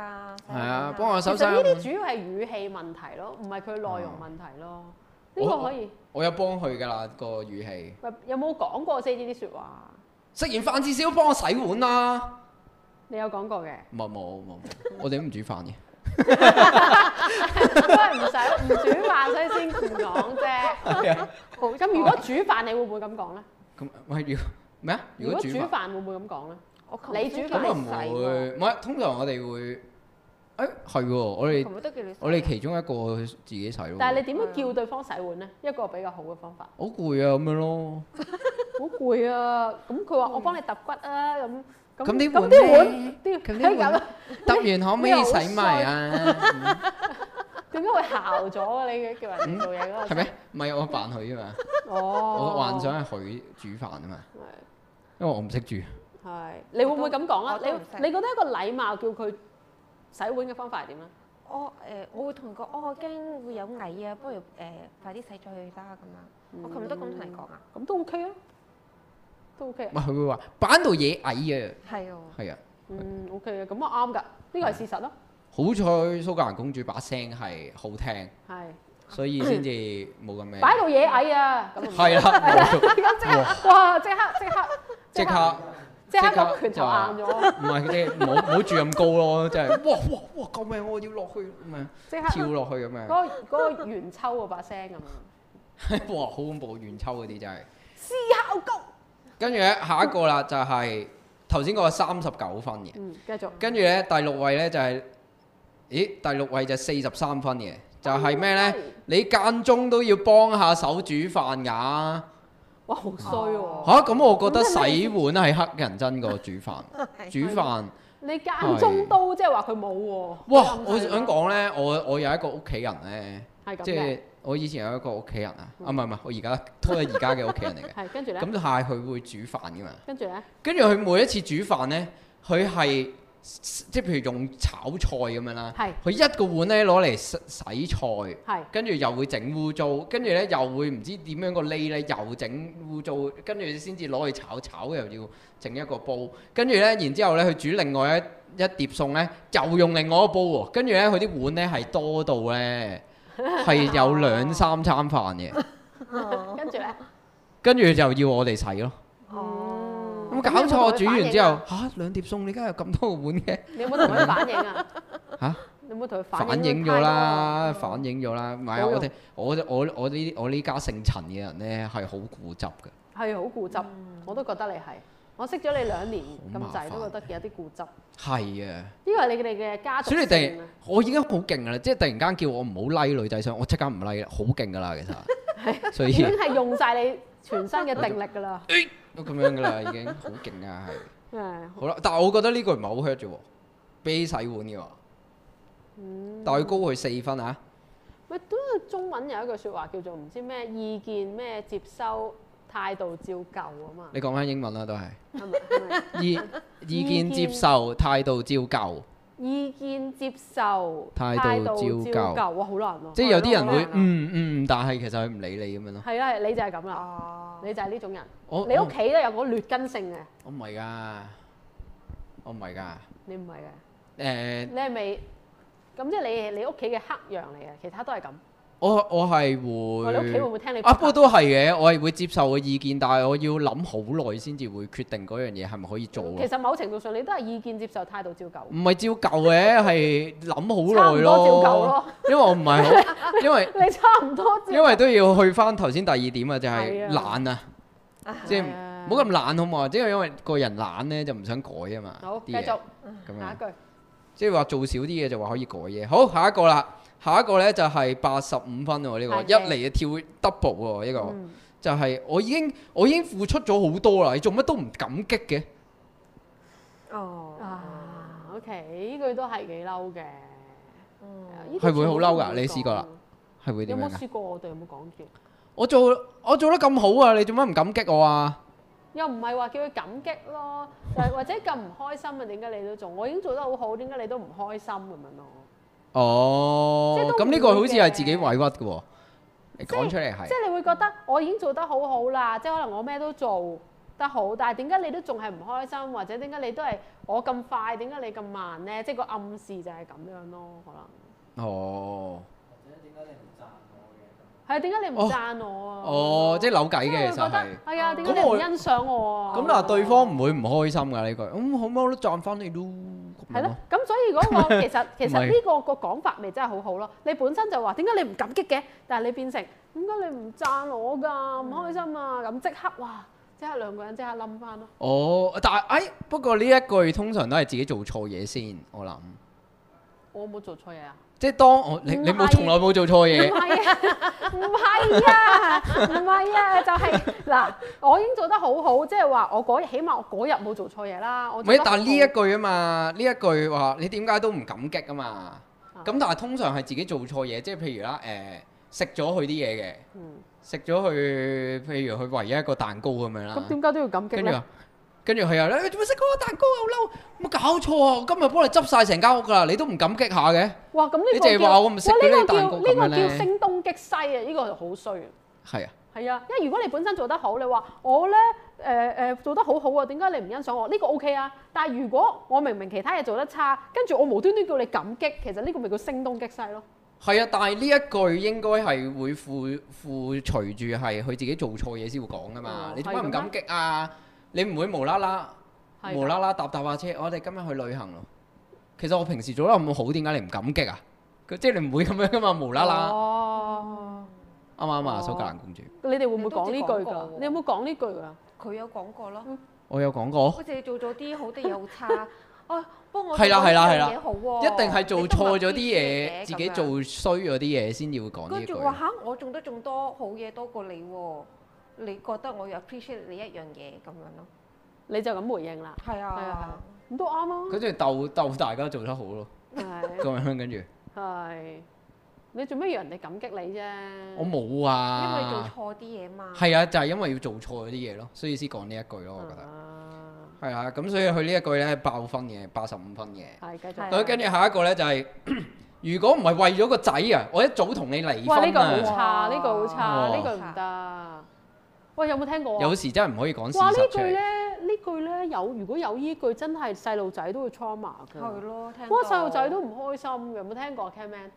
S1: 係啊，幫我
S3: 其
S1: 手
S3: 實
S1: 洗
S3: 呢
S1: 碗
S3: 啲主要係語氣問題咯，唔係佢內容問題咯。呢
S1: 我
S3: 個可以，
S1: 我有幫佢㗎啦個語氣。
S3: 喂有冇講過先呢啲説話？
S1: 食完飯至少幫我洗碗啦。
S3: 你有講過嘅，
S1: 冇冇 冇，冇我哋都唔煮飯嘅。
S3: 都係唔想唔煮飯，所以先唔講啫。
S1: 係啊，
S3: 咁如果煮飯，你會唔會咁講咧？
S1: 咁喂，如果咩啊？
S3: 如
S1: 如果
S3: 果煮
S1: 煮飯？
S3: 飯會唔會咁講咧？
S4: 我琴
S3: 你煮
S1: 咁
S4: 日都
S3: 飯
S1: 啊
S4: 叫
S1: 唔
S4: 你洗喎
S1: 會，唔係通常我哋會，誒係喎，我哋
S4: 琴日都叫你洗。
S1: 我哋其中一個自己洗咯。
S3: 但係你點樣叫對方洗碗咧？一個比較好嘅方法。
S1: 好攰啊咁樣 咯，
S3: 好攰啊！咁佢話我幫你揼骨啊，咁
S1: 咁啲
S3: 咁
S1: 碗
S3: 啲碗
S1: 呢
S3: 啲
S1: 咁啲碗
S3: 咁 啊
S1: 揼完可唔可以洗埋啊？
S3: 點解會姣咗啊？你叫人哋做嘢嗰個
S1: 係咪？？唔係我扮佢啊嘛，
S3: 哦，
S1: 我幻想係佢煮飯啊嘛，因為我唔識煮。
S3: 係，你會唔會咁講啊
S4: 我？都
S3: 你
S4: 唔識
S3: 你覺得一個禮貌叫佢洗碗嘅方法係點咧？
S4: 我誒我會同佢講，哦我驚會有蟻啊，不如誒快啲洗咗佢啦咁樣。我琴日都咁同你講啊。
S3: 咁都 OK 啊，都 OK 啊
S1: 唔，係佢會話板到嘢矮啊，
S4: 係啊。
S1: 係啊。
S3: 嗯 Ừ, OK 啊，咁啊啱㗎，呢個係事實咯，
S1: 好彩蘇格蘭公主把聲係好聽，
S3: 係
S1: 所以先 至冇咁咩。
S3: 擺到嘢矮啊，咁 啊
S1: 係啦，冇錯
S3: 咁即刻哇！即刻即刻
S1: 即刻。
S3: 即
S1: 即
S3: 刻
S1: 刻
S3: 個拳頭
S1: 就話
S3: 硬咗，
S1: 唔係，即係唔好唔好住咁高咯， 即係哇哇哇！救命，我要落去咁樣
S3: 即刻
S1: 跳落去咁
S3: 嗰
S1: 樣，
S3: 個嗰個元秋嗰把聲咁啊！
S1: 哇！好恐怖，元秋嗰啲真係。
S3: 思考谷，
S1: 跟住咧，下一個啦就係頭先嗰個三十九分嘅，
S3: 嗯，繼續。
S1: 跟住咧第六位咧就係、咦第六位就四十三分嘅，就係咩咧？
S3: 哦
S1: 你間中都要幫下手煮飯㗎嚇，
S3: 哇，好衰喎！
S1: 咁、我覺得洗碗係黑人憎過煮 飯，煮飯。
S3: 你間中都即係話佢冇喎。
S1: 哇！我想講咧，我我有一個屋企人咧。
S3: 係咁
S1: 即
S3: 嘅，
S1: 係我以前有一個屋企人啊，啊唔係唔係，我而家都係而家嘅屋企人嚟嘅。
S3: 係跟住咧，
S1: 咁就係佢會煮飯噶嘛，
S3: 跟住咧，
S1: 跟住佢每一次煮飯咧，佢係即係譬如用炒菜咁樣啦，
S3: 係
S1: 佢一個碗咧攞嚟洗洗菜。
S3: 係
S1: 跟住又會整污糟，跟住咧又會唔知點樣個喱咧又整污糟，跟住先至攞去炒，炒又要整一個煲，跟住咧然之後咧佢煮另外一一碟餸咧，又用另外一個煲喎，跟住咧佢啲碗咧係多到咧係有兩三餐飯嘅，
S3: 跟住咧，
S1: 跟住就要我哋洗咯。
S4: Ờ.
S3: 哦
S1: 咁搞錯，我煮完之後嚇兩碟餸，你家有咁多個碗嘅？
S3: 你有冇同佢反映啊？
S1: 嚇
S3: 你有冇同佢
S1: 反
S3: 映
S1: 映
S3: 咗
S1: 咗？啦，反映咗啦。唔係啊，
S3: 好用
S1: 我哋我我我呢我呢家姓陳嘅人咧係好固執嘅。
S3: 係好固執，我都覺得你係。我識咗你兩年
S1: 好
S3: 咁
S1: 麻
S3: 滯，
S1: 煩
S3: 都覺得有啲固執。呢
S1: 係啊，
S3: 個係你哋嘅家族
S1: 所以你哋
S3: 性啊。
S1: 我已經好勁㗎啦，即係突然間叫我唔好 like 女仔相，我即刻唔 like 啦，好勁㗎啦，其實，所
S3: 已
S1: 以
S3: 經 係用晒你全身嘅定 力㗎啦。
S1: 都咁樣㗎啦，已經好勁啊，係。
S3: 誒，
S1: 好啦，但係我覺得呢句唔係好 hurt 啫喎，俾洗碗嘅話，
S3: 嗯
S1: 但係佢高佢四分啊，
S3: 咪都係中文有一句説話叫做唔知咩意見咩接收態度照舊啊嘛，
S1: 你講翻英文啦都 係，
S3: 係咪係咪？
S1: 意
S3: 意
S1: 意見
S3: 見
S1: 接受，態度照舊，
S3: 意見接受
S1: 態度照舊
S3: 舊，哇好難喎！
S1: 即係有啲人
S3: 好
S1: 會
S3: 難啊
S1: 嗯嗯，但係其實佢唔理你咁樣咯。
S3: 係啦，你就係咁啦，
S4: 哦，
S3: 你就係呢種人，
S1: 我
S3: 你
S1: 我，Oh
S3: 屋企都有個劣根性嘅，
S1: 我唔係㗎，我唔係㗎，
S3: 你唔係嘅，
S1: Oh 誒
S3: 你係咪？咁即係你你屋企嘅黑羊嚟嘅，其他都係咁。
S1: 我我係
S3: 我哋屋企
S1: 會
S3: 會唔。會聽你？
S1: 啊，不過都係嘅，我係會接受嘅意見，但係我要諗好耐先至會決定嗰樣嘢係咪可以做
S3: 其
S1: 咯。
S3: 實某程度上你都係意見接受態度照舊，
S1: 唔係照舊 嘅，係諗
S3: 差
S1: 好
S3: 唔
S1: 耐
S3: 多照舊咯
S1: 咯。因為我唔係 好，因為
S3: 你差唔多照。
S1: 因為都要去翻頭先第二點啊，就
S3: 係
S1: 係
S3: 啊
S1: 懶啊，即係
S3: À.
S1: 唔好咁懶好啊嘛。即係因為個人懶咧就唔想改啊嘛。
S3: 好，
S1: 啲
S3: 繼
S1: 嘢
S3: 續
S1: 咁樣
S3: 下一。句。
S1: 即係話做少啲嘢就話可以改嘢。好，下一個啦，下一個咧就係八十五分喎，呢、個
S3: 係嘅
S1: 一嚟就跳 double 喎，呢個、
S3: 嗯
S1: 就係我已經我已經付出咗好多啦，你做乜都唔感激嘅？
S3: Ờ.
S4: 哦，
S3: 啊，OK，呢句都係幾嬲嘅。
S4: Ừ.
S3: 呢句
S1: 係會好嬲㗎
S3: 全部都冇
S1: 你試過啦係會
S3: 講？
S1: 點
S3: 有
S1: 樣
S3: 冇
S1: 㗎？
S3: 試過？我哋有冇講叫？
S1: 我做我做得咁好啊，你做乜唔感激我啊？
S3: 又唔係話叫佢感激咯，就係或者咁唔開心啊？點解你都做？我已經做得好好，點解你都唔開心咁樣咯？
S1: 哦
S3: 即係，都
S1: 咁呢
S3: 會
S1: 個好似係
S3: 嘅
S1: 自己委屈嘅喎，你講出嚟係
S3: 即係你會覺得我已經做得好好啦，即係可能我咩都做得好，但係點解你都仲係唔開心，或者點解你都係我咁快，點解你咁慢呢？即係個暗示就係咁樣咯，可
S1: 哦
S3: 能係點解你唔
S1: 哦
S3: 讚我啊？
S1: 哦，即係扭計嘅
S3: 即
S1: 其
S3: 係會
S1: 實
S3: 覺
S1: 係
S3: 得。係啊，點解
S1: 咁
S3: 你唔
S1: 我
S3: 欣賞我啊？
S1: 咁但係對方唔會唔開心㗎呢句，咁嗯好唔好都賺翻你咯？咁樣
S3: 係
S1: 咯
S3: 咯，，咁所 以嗰個其實其實
S1: 咪
S3: 呢個個講法咪真係好好咯。你本身就話點解你唔感激嘅，但係你變成點解你唔讚我㗎？唔開心啊！咁即刻哇，即刻兩個人即刻冧翻咯。
S1: 哦，但係哎，不過呢一句通常都係自己做錯嘢先，我諗。
S3: 我冇做錯嘢啊！
S1: 即係當我你
S3: 唔係
S1: 你冇從來冇做錯
S3: 唔
S1: 嘢，
S3: 係啊，唔係 啊，唔係啊，就係、 嗱，我已經做得好好，即係話我嗰日起碼我嗰日冇做錯嘢啦。我
S1: 唔
S3: 做得
S1: 係
S3: 好好
S1: 但係呢一句啊嘛，呢一句話你點解都唔感激啊嘛。咁但係通常係自己做錯嘢，即係譬如啦，誒、食咗佢啲嘢嘅，
S3: 嗯
S1: 食咗佢，譬如佢唯一一個蛋糕咁樣啦
S3: 咁，點解都要感激
S1: 跟住
S3: 咧
S1: 話？跟住佢又咧，你做乜食嗰個蛋糕啊好嬲，冇搞錯啊！我今日幫你執晒成間屋㗎啦，你都唔感激下嘅，
S3: 哇！咁呢
S1: 你
S3: 個
S1: 淨係
S3: 叫
S1: 話我唔食
S3: 哇
S1: 嗰啲
S3: 呢個
S1: 蛋
S3: 叫
S1: 糕
S3: 呢
S1: 咁樣
S3: 個叫
S1: 咧
S3: 聲東擊西啊！呢個就好衰啊！
S1: 係啊，
S3: 係啊，因為如果你本身做得好，你話我咧誒誒做得好好啊，點解你唔欣賞我？呢、個 O K 啊，但係如果我明明其他嘢做得差，跟住我無端端叫你感激，其實呢個咪叫聲東擊西咯。
S1: 係啊，但係呢一句應該係會附附隨住係佢自己做錯嘢先會講㗎嘛
S3: 哦，
S1: 你點解
S3: 係嘅
S1: 唔
S3: 咩
S1: 感激啊？你唔會無啦啦。
S3: 係
S1: 無啦啦搭搭下車，我哋今日去旅行咯。其實我平時做得咁好，點解你唔感激啊？佢即係你唔會咁樣噶嘛，無啦啦，
S3: 哦，
S1: 啱唔啱啊？
S3: 哦
S1: 蘇格蘭公主，
S3: 你哋會唔會講呢
S4: 你都知講
S3: 句
S4: 過
S3: 㗎
S4: 喎？
S3: 你有冇講呢句㗎？
S4: 佢有講過咯，
S1: 我有講過，
S4: 好似你做咗啲好啲嘢好 差，哦，幫我
S1: 係啦係啦係啦
S4: 做咗樣嘢好喎
S1: 一定係做錯咗啲
S4: 哦
S1: 嘢，
S4: 你
S1: 自己
S4: 都唔係咁樣
S1: 做衰咗啲嘢先至會講呢
S4: 跟
S1: 句
S4: 住。話吓，我做得仲多好嘢多過你喎，你覺得我有 appreciate 你一樣嘢咁樣咯？
S3: 你就咁回應啦，
S4: 係
S3: 係啊
S4: 啊，
S3: 咁都啱啊。
S1: 跟住鬥鬥大家做得好咯，
S3: 係
S4: 嗯
S1: 咁樣跟住
S3: 係，你做咩要人哋感激你
S1: 我
S3: 啫？
S1: 冇
S4: 嗯因為
S1: 啊，
S4: 做錯啲嘢嘛。
S1: 係啊，就係因為要做錯咗啲嘢咯，所以先講呢一句咯，我覺得
S3: 啊
S4: 嗯
S1: 係啦，咁所以佢呢一句咧爆分嘅，八十五分嘅。
S3: 係啊繼
S4: 係
S3: 續。
S1: 咁跟住下一個咧就係、 如果唔係為咗個仔啊，我一早同你離
S3: 哇！呢
S1: 婚
S3: 個好
S1: 啊！
S3: 差，呢個好差，
S1: 哇
S3: 呢個唔得。喂，有冇聽過啊
S1: 有？時真係唔可以講事
S3: 哇！呢
S1: 實出
S3: 句
S1: 嚟。
S3: 咧，呢句咧有，如果有依句，真係細路仔都會 trauma 㗎。
S4: 係咯，聽
S3: 哇！
S4: 到
S3: 細路仔都唔開心嘅，有冇聽過 c a m a n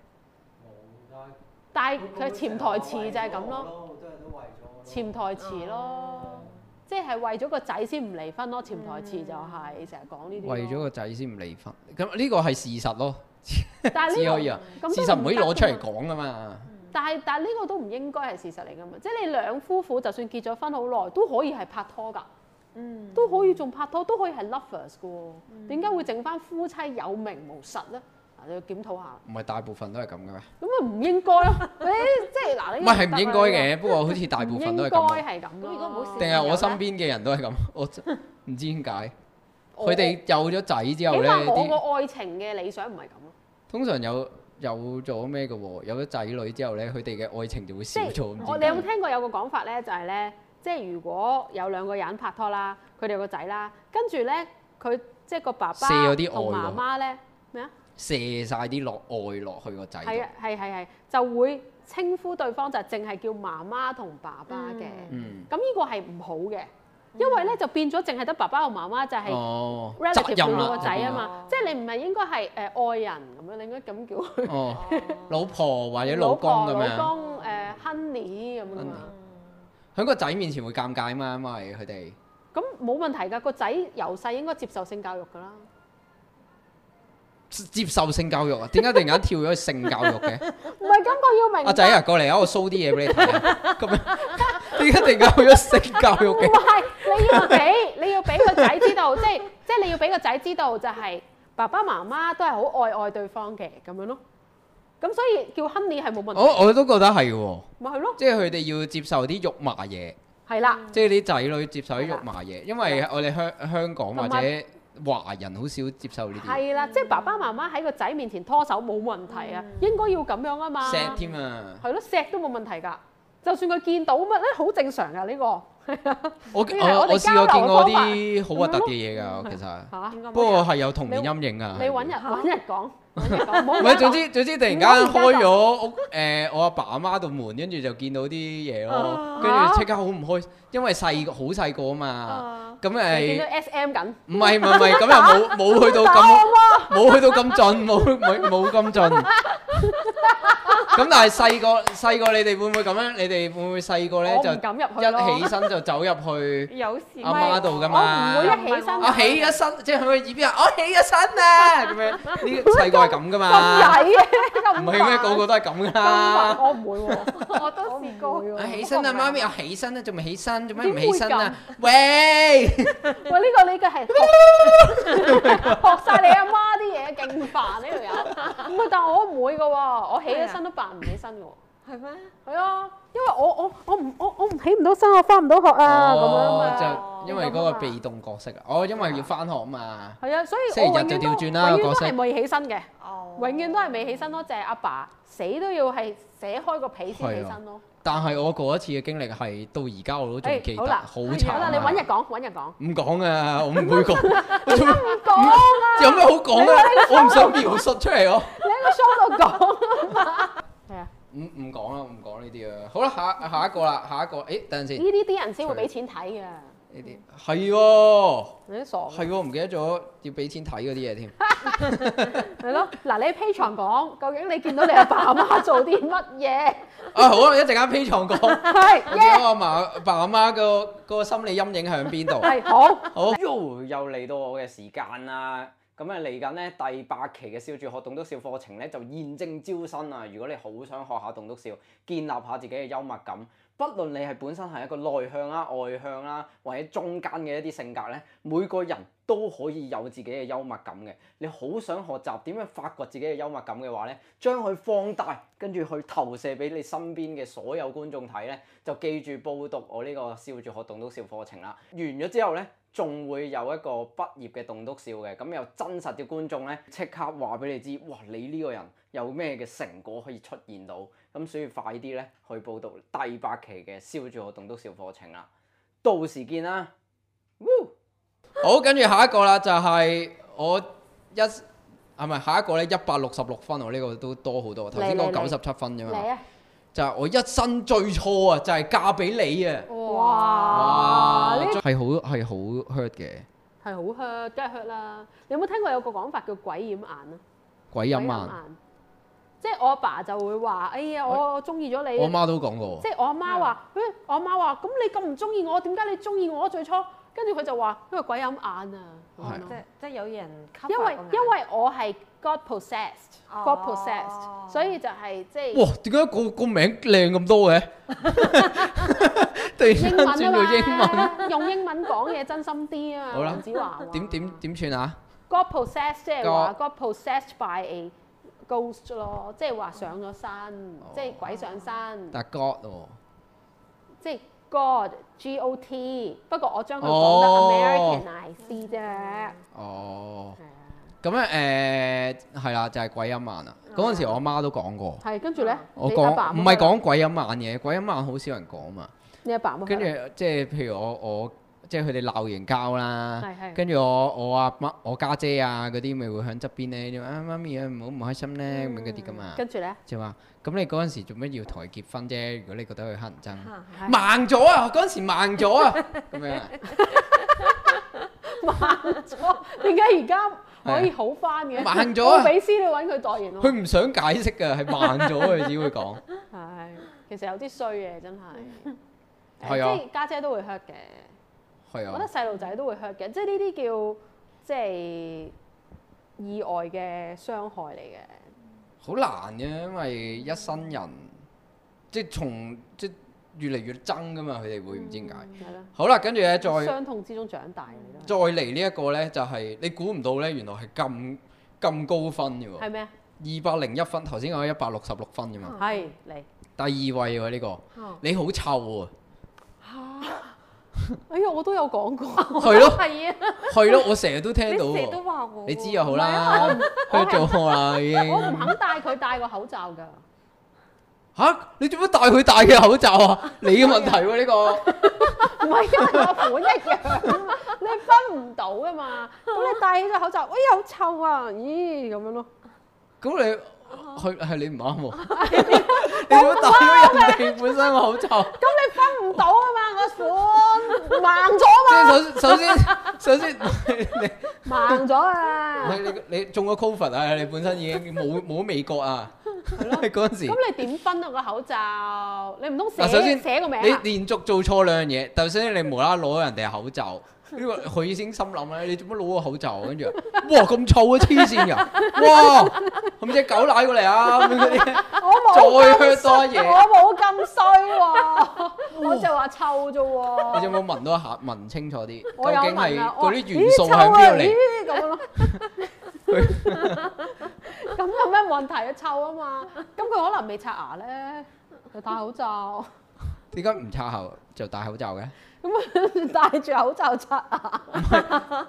S3: 但係佢潛台詞就係咁咯，
S5: 咯，好多人都為咗我咯
S3: 潛台詞咯，即係為咗個仔先唔離婚咯。潛台詞就係成日講呢啲咯。
S1: 為咗個仔先唔離婚，咁呢個係事實咯，
S3: 但
S1: 只可以
S3: 係
S1: 啊
S3: 呢。個咁
S1: 事
S3: 都
S1: 實唔可以
S3: 得啊
S1: 攞出嚟
S3: 㗎嘛
S1: 講噶嘛。
S3: 但係但係呢個都唔應該係事實嚟㗎嘛，即係你兩夫婦就算結咗婚好耐，都可以係拍拖㗎，
S4: 嗯
S3: 都可以仲拍拖，都可以係 lovers 㗎喎。點解、會剩翻夫妻有名無實咧？嗱，你要檢討下，
S1: 唔係大部分都係咁嘅咩？
S3: 咁啊唔應 該咯。你即係嗱，
S1: 唔
S3: 你
S1: 啊係係唔應該
S3: 嘅，
S1: 嘅，不過好似大部
S3: 啊唔
S1: 分
S3: 應
S1: 都
S3: 該
S1: 係咁喎。
S3: 係咁咯。
S4: 咁如果唔好試
S1: 定係我身邊嘅人都係咁，我真 唔知點解。
S3: 我
S1: 佢哋有咗仔之後
S3: 起
S1: 咧，
S3: 碼我
S1: 啲
S3: 個愛情嘅理想唔係咁咯，
S1: 通常有有咗咩嘅喎？有咗仔女之後咧，佢哋嘅愛情就會
S3: 即
S1: 少
S3: 係
S1: 咗。唔
S3: 我
S1: 知
S3: 你有
S1: 點
S3: 冇
S1: 解
S3: 聽過有個講法咧，就係咧，即係如果有兩個人拍拖啦，佢哋有個仔啦，跟住咧佢即係個爸
S1: 卸咗
S3: 爸
S1: 啲
S3: 同
S1: 愛
S3: 媽
S1: 喎
S3: 媽咧咩啊？
S1: 射晒啲落愛落去個仔度。
S3: 係啊，係係係，就會稱呼對方就淨係叫媽媽同爸爸嘅。
S1: 嗯，
S3: 咁呢、個係唔好嘅，因為咧就變咗淨係得爸爸同媽媽就係
S1: 哦，責
S3: relative
S1: 任
S3: 佢個
S1: 啦，
S3: 仔啊
S4: 哦
S3: 嘛，即係你唔係應該係誒、呃、愛人咁樣，你應該咁叫佢
S1: 就變咗。哦，老婆或者老
S3: 老
S1: 公咁
S3: 婆、老
S1: 樣，
S3: 公誒、呃 honey 咁啊嘛。
S1: 喺個仔面前會尷尬啊嘛，因為佢哋
S3: 咁冇問題㗎，個仔由細應該接受性教育 㗎啦。
S1: 接受性教育啊。點解突然間跳咗去性教育嘅？
S3: 唔係咁，我要明
S1: 阿仔
S3: 白，
S1: 啊，過嚟啊，我 show 啲嘢俾你睇啊。 咁樣點解突然間去咗性教育
S3: 唔
S1: 嘅？
S3: 係你要俾 你要俾個仔知道，即係即係你要俾個仔知道就係爸爸媽媽都係好愛愛對方嘅咁樣咯。咁所以叫 honey 係冇問題，
S1: 我我都覺得係喎，
S3: 咪係咯，
S1: 即係佢哋要接受啲肉麻嘢。
S3: 係啦。
S1: 即係啲仔女接受啲肉麻嘢，因
S3: 啊
S1: 為我哋香香港或
S3: 同
S1: 者
S3: 埋
S1: 華人好少接受呢啲，
S3: 啊係啦，即係爸爸媽媽喺個仔面前拖手冇問題
S4: 嗯
S3: 啊，應該要咁樣啊嘛。
S1: 錫添啊！
S3: 係咯，錫都冇問題㗎。就算佢見到乜咧，好正常㗎呢個。
S1: 我
S3: 呢個係
S1: 我
S3: 我哋
S1: 我試過
S3: 交
S1: 見
S3: 流嘅
S1: 過
S3: 方法
S1: 啲好核突嘅嘢㗎，其實
S3: 嚇，
S1: 不過係有童年陰影啊。
S3: 你揾人揾人講，揾人講，唔好
S1: 唔係，總之總之，突然間開咗屋誒，我阿爸阿媽度門，跟住就見到啲嘢咯，跟住即刻好唔開心，因為細個好細個啊嘛，咁
S3: 你見到
S1: 誒
S3: S M 緊。
S1: 唔係唔係唔係，咁又冇冇去到 咁。冇去到咁盡，冇冇冇咁盡。咁但係細個細個你哋會唔會咁樣？你哋會唔會細個咧
S3: 我唔
S1: 就
S3: 敢入去咯
S1: 一起身就走入去
S4: 有時
S1: 阿媽度噶嘛？
S3: 我唔會一起身
S1: 我起咗身，即係喺佢耳邊啊！我起咗身啦，咁樣呢個細個係咁噶
S3: 咁曳
S1: 嘛？
S3: 嘅，咁
S1: 唔係咩？個
S3: 個
S1: 個都係咁噶啦。
S3: 我唔會喎，
S4: 我都試過，
S3: 我唔會
S1: 啊
S3: 喎
S1: 起身啦，媽咪！我起身啦，仲未起身，做咩唔
S3: 點會
S1: 起身啊？喂！
S3: 喂呢個呢個 係學學晒你阿媽啲嘢，勁煩呢 條友。唔係，但我唔會嘅喎，我起咗身都扮唔起身嘅喎。
S4: 係咩？
S3: 啊係啊，因為我我我唔我我唔起唔到身，我翻唔到學啊咁樣
S1: 哦，
S3: 嘛。
S1: 就因為嗰個被動角色啊，哦，因為要翻學啊嘛。
S3: 係啊，所以
S1: 星期
S3: 我
S1: 日
S3: 永
S1: 就
S3: 遠
S1: 調
S3: 都
S1: 轉
S3: 永
S1: 啦
S3: 遠
S1: 角
S3: 都
S1: 色
S3: 係未起身嘅，
S4: 哦
S3: 永遠都係未起身咯，就係阿爸死都要係寫開個被先
S1: 係
S3: 起
S1: 啊
S3: 身咯。
S1: 但係我嗰一次嘅經歷係到而家我都仲記得，
S3: 誒好啦，
S1: 好
S3: 係
S1: 慘
S3: 啊好
S1: 啊。
S3: 啦，你揾日講揾日講，
S1: 唔講啊，我唔會講，我做咩
S3: 唔 講啊，
S1: 有咩好講啊？我唔想描述出嚟咯。
S3: 你喺個 show 度講啊 嘛。係啊。
S1: 唔唔講啦，唔講呢啲啊。好啦，下下一個啦，下一個。誒，等陣先，呢
S3: 呢啲啲人先會俾錢睇嘅，
S1: 啲係喎，
S3: 啊你都傻嘅
S1: 係喎，唔記得咗要俾錢睇嗰啲嘢添。
S3: 係咯。嗱，你喺 P 場講，究竟你見到你阿爸阿媽做啲乜嘢？
S1: 啊，好啊，一陣間 P 床講，我
S3: 係
S1: 見
S3: 耶，
S1: 我阿嫲爸阿媽個個心理陰影喺邊度？
S3: 係好。
S2: Yo，又嚟到我嘅時間啦！咁啊嚟緊咧第八期嘅笑住學棟篤笑課程咧就現正招生啊！如果你好想學下棟篤笑，建立下自己嘅幽默感，不論你係本身係一個內向啦、外向啦，或者中間嘅一啲性格咧，每個人都可以有自己嘅幽默感嘅。你好想學習點樣發掘自己嘅幽默感嘅話咧，將佢放大，跟住去投射俾你身邊嘅所有觀眾睇咧，就記住報讀我呢個笑住學棟篤笑課程啦。完咗之後咧，仲會有一個畢業嘅棟篤笑嘅，咁有真實嘅觀眾咧，即刻話俾你知，哇！你呢個人有咩嘅成果可以出現到？咁所以快啲咧去報讀第八期嘅笑住學棟篤笑課程啦，到時見啦。Woo！
S1: 好，跟住下一個啦，就係我一啊係咪下一個咧？一百六十六分，我呢個都多好多。頭先
S3: 嚟
S1: 講
S3: 嚟
S1: 九
S3: 嚟
S1: 十七分啫嘛
S3: 嚟，啊！
S1: 就係我一生最錯啊，就係嫁俾你啊！
S3: 哇！呢
S1: 係好係好 hurt 嘅，
S3: 係好 hurt，梗係 hurt 啦。你有冇聽過有個講法叫鬼掩眼啊？
S1: 鬼
S3: 鬼啊
S1: 陰
S3: 掩
S1: 眼。
S3: 眼，即係我阿爸就會話：哎呀，我我中意咗
S1: 我
S3: 你。
S1: 媽都嗯講過
S3: 即係我阿媽話：，誒，我阿媽話，咁你咁唔中意我，點解你中意我最初？跟住佢就話：因為鬼掩眼啊。咁樣
S1: 係
S3: 咯
S4: 即即有人吸
S3: 因為因為我係 God possessed，God
S4: 哦
S3: possessed，所以就係即係
S1: 喎。哇，點解個個名靚咁多嘅？ 突然
S3: 英
S1: 間
S3: 文
S1: 轉到英
S3: 啊
S1: 文，
S3: 嘛，用英文講嘢真心啲啊嘛。
S1: 好啦
S3: 黃子華話
S1: 點點點算啊？
S3: God possessed 即係話 God possessed by a ghost 咯，即係話上咗身，
S1: 哦
S3: 即係鬼上身，
S1: 但 God 喎，
S3: 即係 God G O T。不過我將佢講得
S1: 哦
S3: Americanize 啲啫，係啊
S1: 哦，咁咧誒係啦，就係鬼陰眼啊！嗰陣時我媽都講過，
S3: 係跟住咧，
S1: 啊我
S3: 你阿爸
S1: 講唔係，講鬼陰眼嘅，鬼陰眼好少人講嘛。
S3: 你阿爸冇
S1: 跟住
S3: 係
S1: 即係譬如我我即係佢哋鬧完交啦
S3: 係啊係，
S1: 啊跟住我我阿媽我家姐啊嗰啲咪會喺側邊咧，就話啊媽咪啊唔好唔開心咧咁樣嗰啲噶嘛，
S3: 嗯跟住咧，
S1: 就話咁你嗰陣時做咩要同佢結婚啫？如果你覺得佢乞人憎，
S3: 係
S1: 盲咗啊！嗰陣時盲咗 啊，咁樣啊
S3: 盲咗，點解而家可以好翻 嘅？
S1: 盲咗啊
S3: 奧比斯你揾佢代言咯。
S1: 佢唔想解釋㗎，係盲咗啊佢只會 講。
S3: 係，其實有啲衰嘅真係， 誒
S1: 係啊
S3: 即係家姐都會 hurt 嘅，
S1: 係
S3: 我覺得
S1: 啊，
S3: 細路仔都會 hurt 嘅，即係呢啲叫即係意外嘅傷害嚟嘅。
S1: 好難嘅，因為一生人即係從即係越嚟越憎㗎嘛，佢哋會唔知點解。
S3: 係啦，
S1: 好啦，跟住咧再。
S3: 傷痛之中長大嘅
S1: 再
S3: 都係
S1: 嚟呢一個呢，就係、你估唔到呢，原來係咁咁高分嘅
S3: 係咩啊？
S1: 喎，二百零一分，頭先講一百六十六分啫嘛，
S3: 係嚟，
S1: 第二位喎呢、個，
S4: 哦
S1: 你好臭啊，
S3: 哎呀，我都有 講過，
S1: 係咯
S3: 係啊，
S1: 係咯，我成日 都聽
S4: 你
S1: 到
S4: 成日都
S1: 喎，
S4: 話我，
S1: 你知就啊好啦， 去做我啦已經，
S3: 我唔肯戴佢戴個口罩㗎，
S1: 吓、你做乜戴佢戴嘅口罩啊？你嘅問題喎、呢、個，
S3: 唔係因為個款一樣啊嘛，你分唔到㗎嘛，咁你戴起隻口罩，哎呀好臭啊，咦咁樣咯。
S1: 咁你去係你唔啱喎，你做乜戴咗人哋本身個口罩？
S3: 咁你分唔到啊嘛，個款盲咗啊
S1: 即係首首先首先你。
S3: 嘛，盲咗啊！
S1: 唔係你你中咗 Covid 啊！你本身已經冇冇美國啊， 嗰陣時。
S3: 咁你點分啊個口罩？你唔通寫
S1: 嗱，首先
S3: 寫個名啊
S1: 你連續做錯兩樣嘢，頭先你無啦啦攞人哋口 罩，呢個佢已經心諗啦，你做乜攞個口罩啊？跟住話，哇咁臭啊！黐線㗎，哇係咪只狗奶過嚟啊？咁樣嗰啲
S3: 我冇
S1: 再 hurt 多
S3: 咁，
S1: 嘢，
S3: 我冇咁衰 喎，我就話臭啫喎。
S1: 你有冇聞到一下聞清楚啲？究
S3: 哦我有
S1: 竟係
S3: 問啊，我話
S1: 嗰啲
S3: 咦
S1: 元素
S3: 臭啊
S1: 喺邊度嚟？
S3: 咦咁樣咯， 咁有咩問題啊？臭啊嘛，咁佢可能未刷牙咧，就戴口罩，
S1: 點解唔擦口就戴口罩嘅？
S3: 咁戴住口罩刷牙。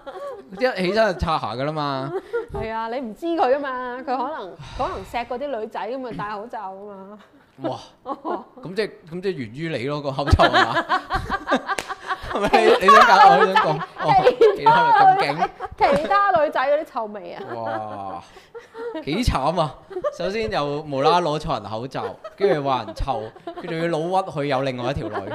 S1: 一起身就擦下㗎啦嘛。
S3: 係啊，你唔知佢噶嘛，佢可能可能錫嗰啲女仔咁啊，戴口罩啊 嘛。
S1: 哇！咁即係咁即係源於你咯個口罩係 嘛？係咪你你想講？我想講 哦，其他女咁
S3: 其他女仔嗰啲臭味啊，
S1: 勁，哇！幾慘啊！首先又無啦啦攞錯人口罩，跟住話人臭，佢仲要老屈佢有另外一條女，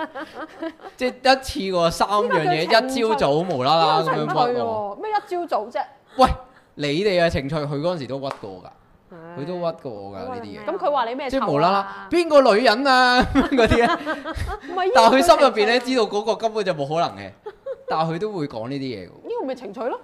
S1: 即係一次過三樣嘢，一朝早無啦啦
S3: 好
S1: 咁
S3: 情趣
S1: 樣屈我。
S3: 喎，咩一朝早啫？
S1: 喂，你哋嘅情趣，佢嗰陣時都屈過我㗎，佢都
S3: 唉
S1: 屈過我㗎呢啲嘢，
S3: 嗯咁佢話你咩
S1: 即
S3: 臭啊
S1: 係無啦啦，邊個女人啊 嗰啲咧。
S3: 唔係，
S1: 但係佢心入邊咧知道嗰個根本就冇可能嘅，但係佢都會講呢啲嘢嘅喎。
S3: 呢個咪情趣咯。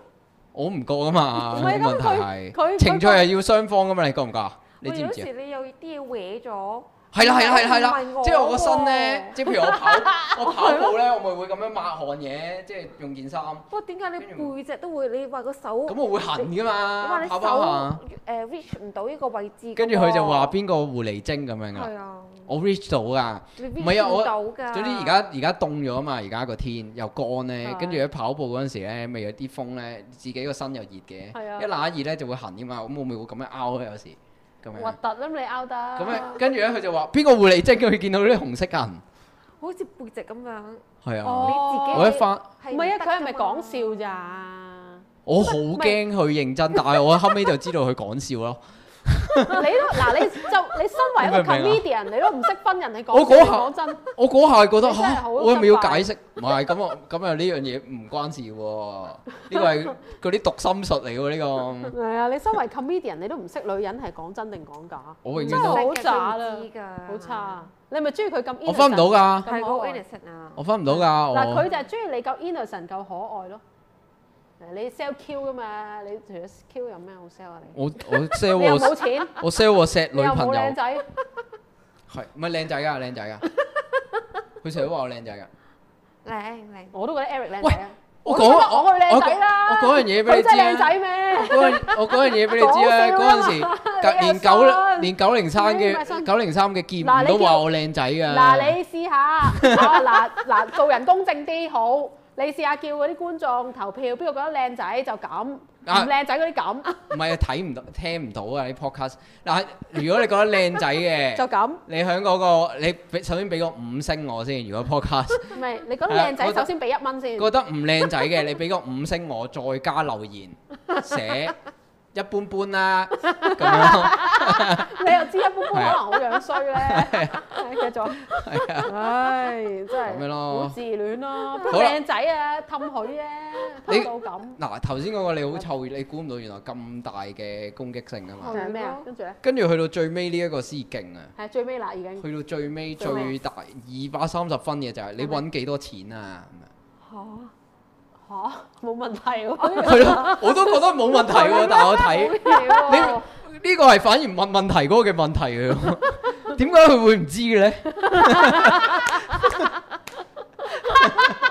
S1: 我唔覺啊嘛，
S3: 唔係咁
S1: 問題係
S3: 佢佢
S1: 情趣係要雙方噶嘛，你覺唔覺啊？你
S4: 喂
S1: 知唔
S4: 有
S1: 知啊？
S4: 時你有啲嘢搲咗，
S1: 係啦係啦係啦係
S4: 唔係
S1: 啦，
S4: 我
S1: 即係我個身咧
S4: 喎，
S1: 即係譬如我跑我跑步咧，我咪會咁樣抹汗嘅，即係用件衫，咁
S4: 不過點解你背脊都會？你話個手，咁
S1: 我會痕噶嘛，
S4: 啊你
S1: 跑跑下。
S4: 手誒 reach 唔到呢個位置㗎喎，
S1: 跟住佢就話邊個狐狸精咁樣
S4: 係
S1: 噶，
S4: 啊，
S1: 我 reach 到噶。
S4: 你
S1: 唔係啊
S4: reach
S1: 我
S4: 唔到㗎。
S1: 總之而家而家凍咗啊嘛，而家個天又乾咧
S3: 係，
S1: 跟住喺跑步嗰陣時咧，咪有啲風咧，自己個身又熱嘅，
S3: 係啊
S1: 一冷一熱咧就會痕噶嘛，咁我咪會咁樣拗咧有時，咁
S3: 核
S1: 樣，
S3: 突啦，你拗得。
S1: 咁樣跟住咧佢就話邊個狐狸精佢見到啲紅色痕，
S4: 好似背脊咁樣，
S1: 係啊，
S3: 哦
S4: 你自己
S1: 我一翻
S3: 唔係啊，佢係咪
S4: 得㗎嘛
S3: 講笑咋？
S1: 我好驚佢認真，但係我後尾就知道佢講笑 咯。
S3: 你都嗱，你就你身為一個
S1: 你明唔明
S3: comedian，你都唔識分人哋
S1: 我
S3: 講
S1: 嗰
S3: 真
S1: 下
S3: 講真，
S1: 我嗰下係覺得
S3: 你真係
S1: 嚇，
S3: 好
S1: 我係咪要解釋？唔係咁啊，咁啊呢樣嘢唔關事喎。呢個 係嗰啲讀心術嚟喎，呢
S3: 係啊，你身為 comedian，你都唔識女人係講真定講假，
S1: 個我永
S3: 真
S1: 遠
S3: 係
S1: 都
S3: 好渣啦
S4: 㗎，
S3: 好差啊。你係咪中意佢咁 innocent？
S1: 我分唔到㗎，
S4: 係
S3: 咁
S4: 好
S3: 可愛
S4: innocent 啊！
S1: 我分唔到㗎。
S3: 嗱，佢
S1: 我
S3: 就係中意你夠 innocent 夠可愛咯。嗱你 sell Q 噶嘛？你除咗 Q 有咩好 sell 啊你？
S1: 我我 sell
S3: 你又冇
S1: 我
S3: 錢，
S1: 我 sell 我錫
S3: 你
S1: 女
S3: 又
S1: 朋友
S3: 冇靚。仔，
S1: 係唔係靚仔㗎？靚 仔㗎，佢成日都話我靚仔㗎。
S4: 靚靚，
S3: 我都覺得 Eric 靚
S1: 喂
S3: 仔啊。
S1: 我
S3: 都覺
S1: 講
S3: 得
S1: 我
S3: 我去
S1: 我
S3: 靚仔
S1: 講
S3: 啦，
S1: 我講樣嘢俾你
S3: 佢真係
S1: 知啊
S3: 靚仔咩？
S1: 嗰樣我嗰樣嘢俾你知啊！
S3: 講笑
S1: 嗰
S3: 啊嘛
S1: 陣時， 隔連
S3: 你又
S1: 九
S3: 信
S1: 連九零三
S3: 你咪
S1: 嘅
S3: 信
S1: 九零三嘅劍
S3: 嗱你
S1: 都
S3: 叫
S1: 話我靚仔㗎。
S3: 嗱，你試下啊！嗱嗱，做人公正啲好。你試下叫嗰啲觀眾投票，邊個覺得靚仔就咁，唔
S1: 啊
S3: 靚仔嗰 啲咁
S1: 唔係啊，睇唔到，聽唔到啊！你 podcast 嗱，如果你覺得靚仔
S3: 就
S1: 嘅，
S3: 咁。
S1: 你喺嗰個你俾首先俾個五星我先。如果 podcast
S3: 唔係你覺得
S1: 係啊
S3: 靚
S1: 我
S3: 仔，
S1: 覺得
S3: 首先俾一蚊先。
S1: 覺得唔靚仔嘅，你俾個五星我，再加留言寫一般般啦咁樣。
S3: 你又知一般般可
S1: 係啊
S3: 能好樣衰咧，繼續。唉， 真
S1: 啊咁樣
S3: 係
S1: 咯
S3: 好自戀咯，
S1: 好
S3: 邊
S1: 啦
S3: 靚仔啊，氹佢啫，
S1: 你
S3: 氹到咁。
S1: 嗱，頭先嗰個你好臭，你估唔到原來咁大嘅攻擊性啊嘛。
S3: 仲有咩啊？跟住咧，
S1: 跟住去到最尾呢一個先勁啊！
S3: 係最尾啦已經。
S1: 去到最尾
S3: 最尾
S1: 最大二百三十分嘅就係你揾幾多錢啊？
S4: 嚇
S3: 嚇， 冇問題 喎。
S1: 係咯，我都覺得冇問題 喎，但係我睇
S3: 睇
S1: 你呢個係反而問問題嗰個嘅問題嚟喎， 點解佢會唔知嘅咧？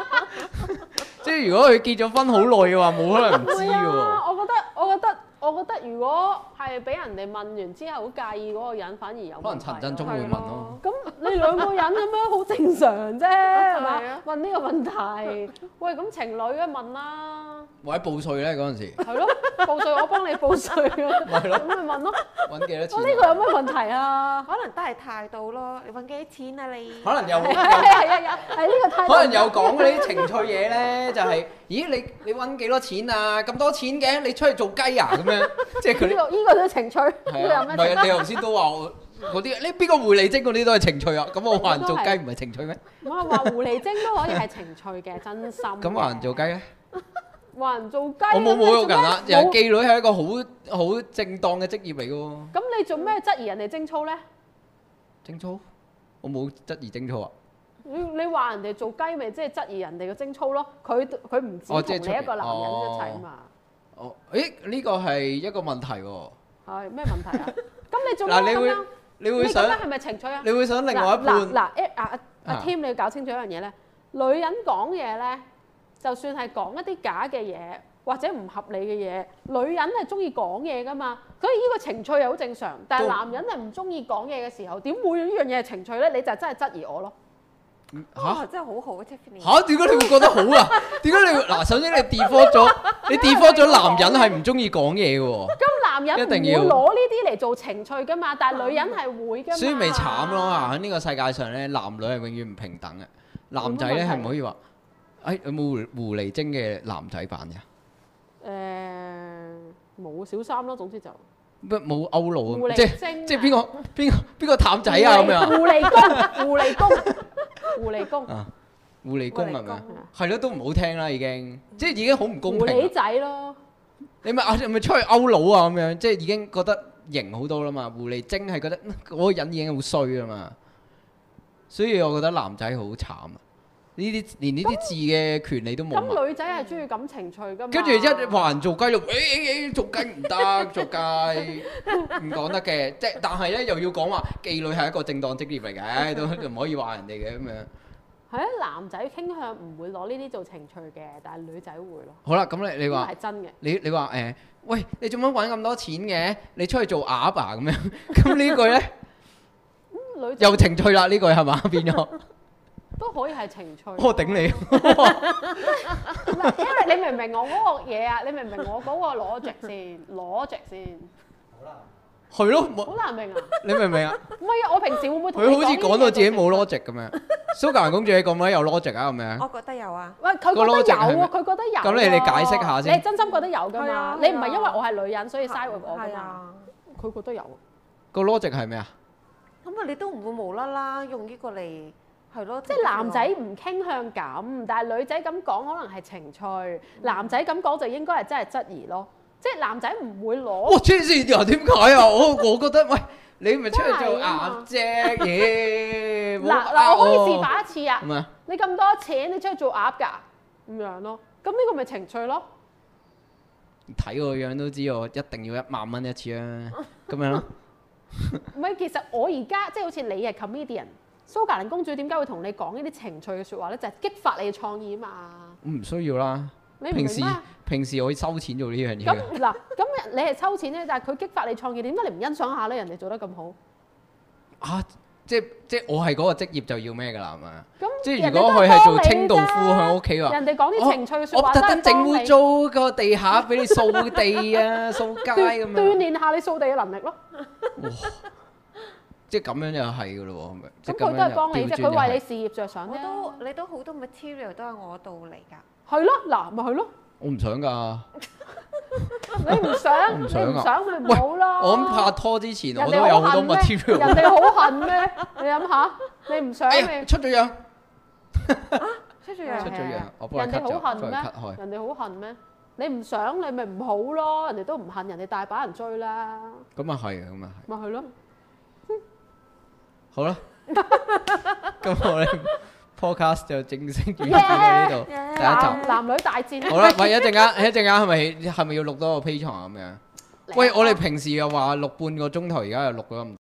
S1: 即係如果佢結咗婚好耐嘅話，冇可能唔知
S3: 會
S1: 嘅喎。
S3: 啊！我覺得，我覺得，我覺得，如果係俾人哋問完之後好介意嗰個人，反而有
S1: 可能
S3: 問題
S1: 陳振中
S3: 咯
S1: 會問咯，
S3: 咁你兩個人咁樣好正常 啫，係
S4: 係啊
S3: 嘛？問呢個問 題，喂，咁情侶嘅問啦，
S1: 或者報税咧嗰陣時，
S3: 係咯，報税我幫你報税啊，
S1: 係咯
S3: 咁咪問咯，
S1: 揾幾多
S3: 我哦呢
S1: 錢
S3: 個
S1: 啊？
S3: 有咩問題 啊？
S4: 可能都係態度咯。你揾幾多錢啊你？
S1: 可能又
S3: 係啊係係係係呢個態度。
S1: 可能有講嗰啲情趣嘢咧， 就係、咦你你揾幾多錢啊？咁多錢嘅，你出去做雞啊咁樣， 即係佢
S3: 呢
S1: 啲
S3: 個呢個都情趣，呢個
S1: 係啊，
S3: 有
S1: 唔
S3: 咩
S1: 係
S3: 情
S1: 啊你頭先都話我嗰啲， 你邊個狐狸精嗰啲都係情趣啊？咁我話人做雞唔係情趣 咩？
S3: 趣？我係話狐狸精都可以係情趣嘅，真心。
S1: 咁話人做雞？咧，
S3: 話人做雞，
S1: 我冇侮辱人啦，
S3: 你
S1: 人係
S3: 啊做咩啊
S1: 妓女係一個好好正當嘅職業嚟嘅喎，
S3: 咁你做咩質疑人哋貞操咧？
S1: 貞操。我冇質疑貞操啊！
S3: 你你話人哋做雞咪即係質疑人哋嘅貞操咯？佢佢唔止同
S1: 哦即係出
S3: 你一個男人一
S1: 哦
S3: 齊嘛？
S1: 哦，誒呢個係一個問題喎。
S3: 係咩 問題啊？咁你做咩
S1: 嗱，你
S3: 咁
S1: 會
S3: 樣？
S1: 你
S3: 你
S1: 會
S3: 咁樣
S1: 想
S3: 係咪情趣啊？
S1: 你會想另外一
S3: 嗱
S1: 半
S3: 嗱嗱，阿阿阿
S1: 啊
S3: Tim，你要搞清楚一樣嘢咧，女人講嘢咧，就算係講一啲假嘅嘢或者唔合理嘅嘢，女人係中意講嘢噶嘛，所以呢個情趣係好正常。但係
S1: 都
S3: 男人係唔中意講嘢嘅時候，點會呢樣嘢係情趣咧？你就真係質疑我咯。
S1: 嚇
S4: 哇，真係好好啊 Tiffany。
S1: 吓？點解你會覺得好啊？點解你會嗱？首先你 default 咗，你 default 咗男人係唔中意講嘢嘅喎，
S3: 咁啊男人唔
S1: 一定要
S3: 會攞呢啲嚟做情趣噶嘛，但係女人係會噶嘛。
S1: 所以咪慘咯啊！喺呢個世界上咧，男女係永遠唔平等嘅。男仔咧係唔可以話，誒有冇狐狐狸精嘅男仔版嘅？
S3: 誒冇小三咯，總之就
S1: 乜冇歐
S3: 狐
S1: 魯
S3: 狸
S1: 啊？即係
S3: 精啊
S1: 即係邊個邊個邊個探仔啊咁樣？
S3: 狐狸公，狐狸公，狐狸公，
S1: 啊狐狸公係
S4: 狐狸
S1: 咪
S4: 公
S1: 啊？係咯，都唔好聽啦，已經即係已經好唔公
S3: 狐
S1: 平
S3: 狸
S1: 啊。
S3: 仔咯。
S1: 你咪啊，你咪出去歐魯啊咁樣，即係已經覺得型好多啦嘛。狐狸精係覺得嗯嗰、個人已經好衰啊嘛，所以我覺得男仔好慘啊！呢啲連呢啲字嘅權利都冇埋。
S3: 咁啊女仔係中意感情趣噶嘛？
S1: 跟住一話人做雞肉，誒 誒誒做雞唔得，做雞唔講得嘅，即係但係咧又要講話妓女係一個正當職業嚟嘅，都都唔可以話人哋嘅咁樣。
S3: 係啊，男仔傾向唔會攞呢啲做情趣嘅，但係女仔會咯。
S1: 好啦，咁你你
S3: 呢個
S1: 話
S3: 係真嘅，
S1: 你你話誒、喂，你做乜揾咁多錢嘅？你出去做鴨啊咁樣，咁呢句咧？
S3: 咁女仔
S1: 有情趣啦呢句係嘛 變咗，
S3: 都可以係情趣。
S1: 我頂你！
S3: 嗱，因為你明唔明我嗰個嘢啊？你明唔明我嗰個邏輯先？邏輯先。
S5: 好啦，
S1: 係咯，冇
S3: 好難明啊！
S1: 你明唔明 啊？
S3: 唔係啊，我平時會唔會同
S1: 佢好似講
S3: 講
S1: 到自己冇
S3: 咯？
S1: logic 咁樣。蘇格蘭公主你講乜有 logic 啊咁樣？
S3: 哦
S4: 我覺得有啊，
S3: 喂，佢
S1: 個
S3: 覺得
S1: logic 係
S3: 有
S1: 咩
S3: 啊，佢覺得有啊。
S1: 咁你哋解釋下先
S3: 你係真心覺得有㗎
S4: 係
S3: 嘛
S4: 啊？
S3: 你
S4: 係啊
S3: 唔係因為我係女人所以嘥我我㗎
S4: 係
S3: 嘛？
S4: 啊。
S3: 佢覺得有，
S1: 個 logic 係咩啊？
S4: 咁啊，你都唔會無啦啦用呢個嚟係咯，
S3: 即係男仔唔傾向咁，但係女仔咁講可能係情趣，男仔咁講就應該係真係質疑咯。即係男仔唔會
S1: 哇！
S3: 攞，
S1: 黐線啊，點解啊？我我覺得喂，你咪出去做
S3: 真係啊嘛
S1: 鴨啫嘢，唔
S3: 嗱
S1: 好
S3: 嗱，
S1: 呃
S3: 我可以示
S1: 我
S3: 範一次啊！
S1: 係咪啊？
S3: 你咁多錢，你出去做鴨㗎咁樣咯，咁呢個咪情趣咯。
S1: 睇我個樣都知我一定要一萬蚊一次啊，咁樣咯。
S3: 唔係，其實我而家即係好似你係 comedian，蘇格蘭公主點解會同你講呢啲情趣嘅説話咧？就係、激發你嘅創意嘛。
S1: 唔需要啦，
S3: 你唔明
S1: 平時
S3: 咩？
S1: 平時我要收錢做呢樣嘢
S3: 咁
S1: 嘅。
S3: 嗱，咁你係收錢啫，但係佢激發你創意，點解你唔欣賞下咧？人哋做得咁好，
S1: 啊，即即我係嗰個職業就要咩㗎啦，係咪啊？
S3: 咁
S1: 即如
S3: 人哋都
S1: 果
S3: 係
S1: 佢係做
S3: 幫你
S1: 清道夫
S3: 啫
S1: 喺屋企話，
S3: 人哋講啲情趣嘅説
S1: 我
S3: 話
S1: 特
S3: 都
S1: 登
S3: 係
S1: 整
S3: 幫
S1: 污
S3: 你
S1: 糟個地下俾你掃地啊、掃街咁
S3: 鍛鍛
S1: 樣，
S3: 鍊下你掃地嘅能力咯。
S1: 即咁樣就係㗎咯喎，係咪？即
S3: 咁佢
S1: 樣
S3: 都係
S1: 就
S3: 幫你
S1: 調
S3: 啫，
S1: 轉
S3: 佢
S1: 就係
S3: 為你事業着想
S4: 我
S3: 啫。
S4: 都你都好多 material 都係我度嚟㗎。
S3: 係咯，嗱，咪係 咯，
S1: 我唔想㗎。
S3: 啊你唔
S1: 我
S3: 想，
S1: 唔
S3: 你
S1: 想啊
S3: 唔想咪唔好咯。
S1: 我諗拍拖之前
S3: 人
S1: 我都
S3: 哋
S1: 有好
S3: 好
S1: 多
S3: 恨咩？
S1: material。
S3: 人哋好恨咩？你諗下，你唔想
S1: 哎
S3: 咪
S1: 呀，出咗樣，
S4: 出咗
S1: 出
S4: 樣
S1: 咗樣，我幫你
S3: 人哋
S1: cut 咗，
S3: 好恨
S1: 幫你
S3: 咩
S1: cut 開？。
S3: 人哋好恨咩？你唔想你咪唔好咯，人哋都唔恨，人哋大把人追啦，
S1: 咁啊係啊，咁啊係。
S3: 咪係咯。
S1: 好 啦，咁我哋 podcast 就正式完結喺呢度第一
S3: 男
S1: 集。
S3: 男女大戰。
S1: 好啦，喂，一陣啊間，一陣間係啊
S3: 啊
S1: 咪係咪要錄多個 P 床咁樣？喂，我哋平時又話錄半個鐘頭，而家又錄咗咁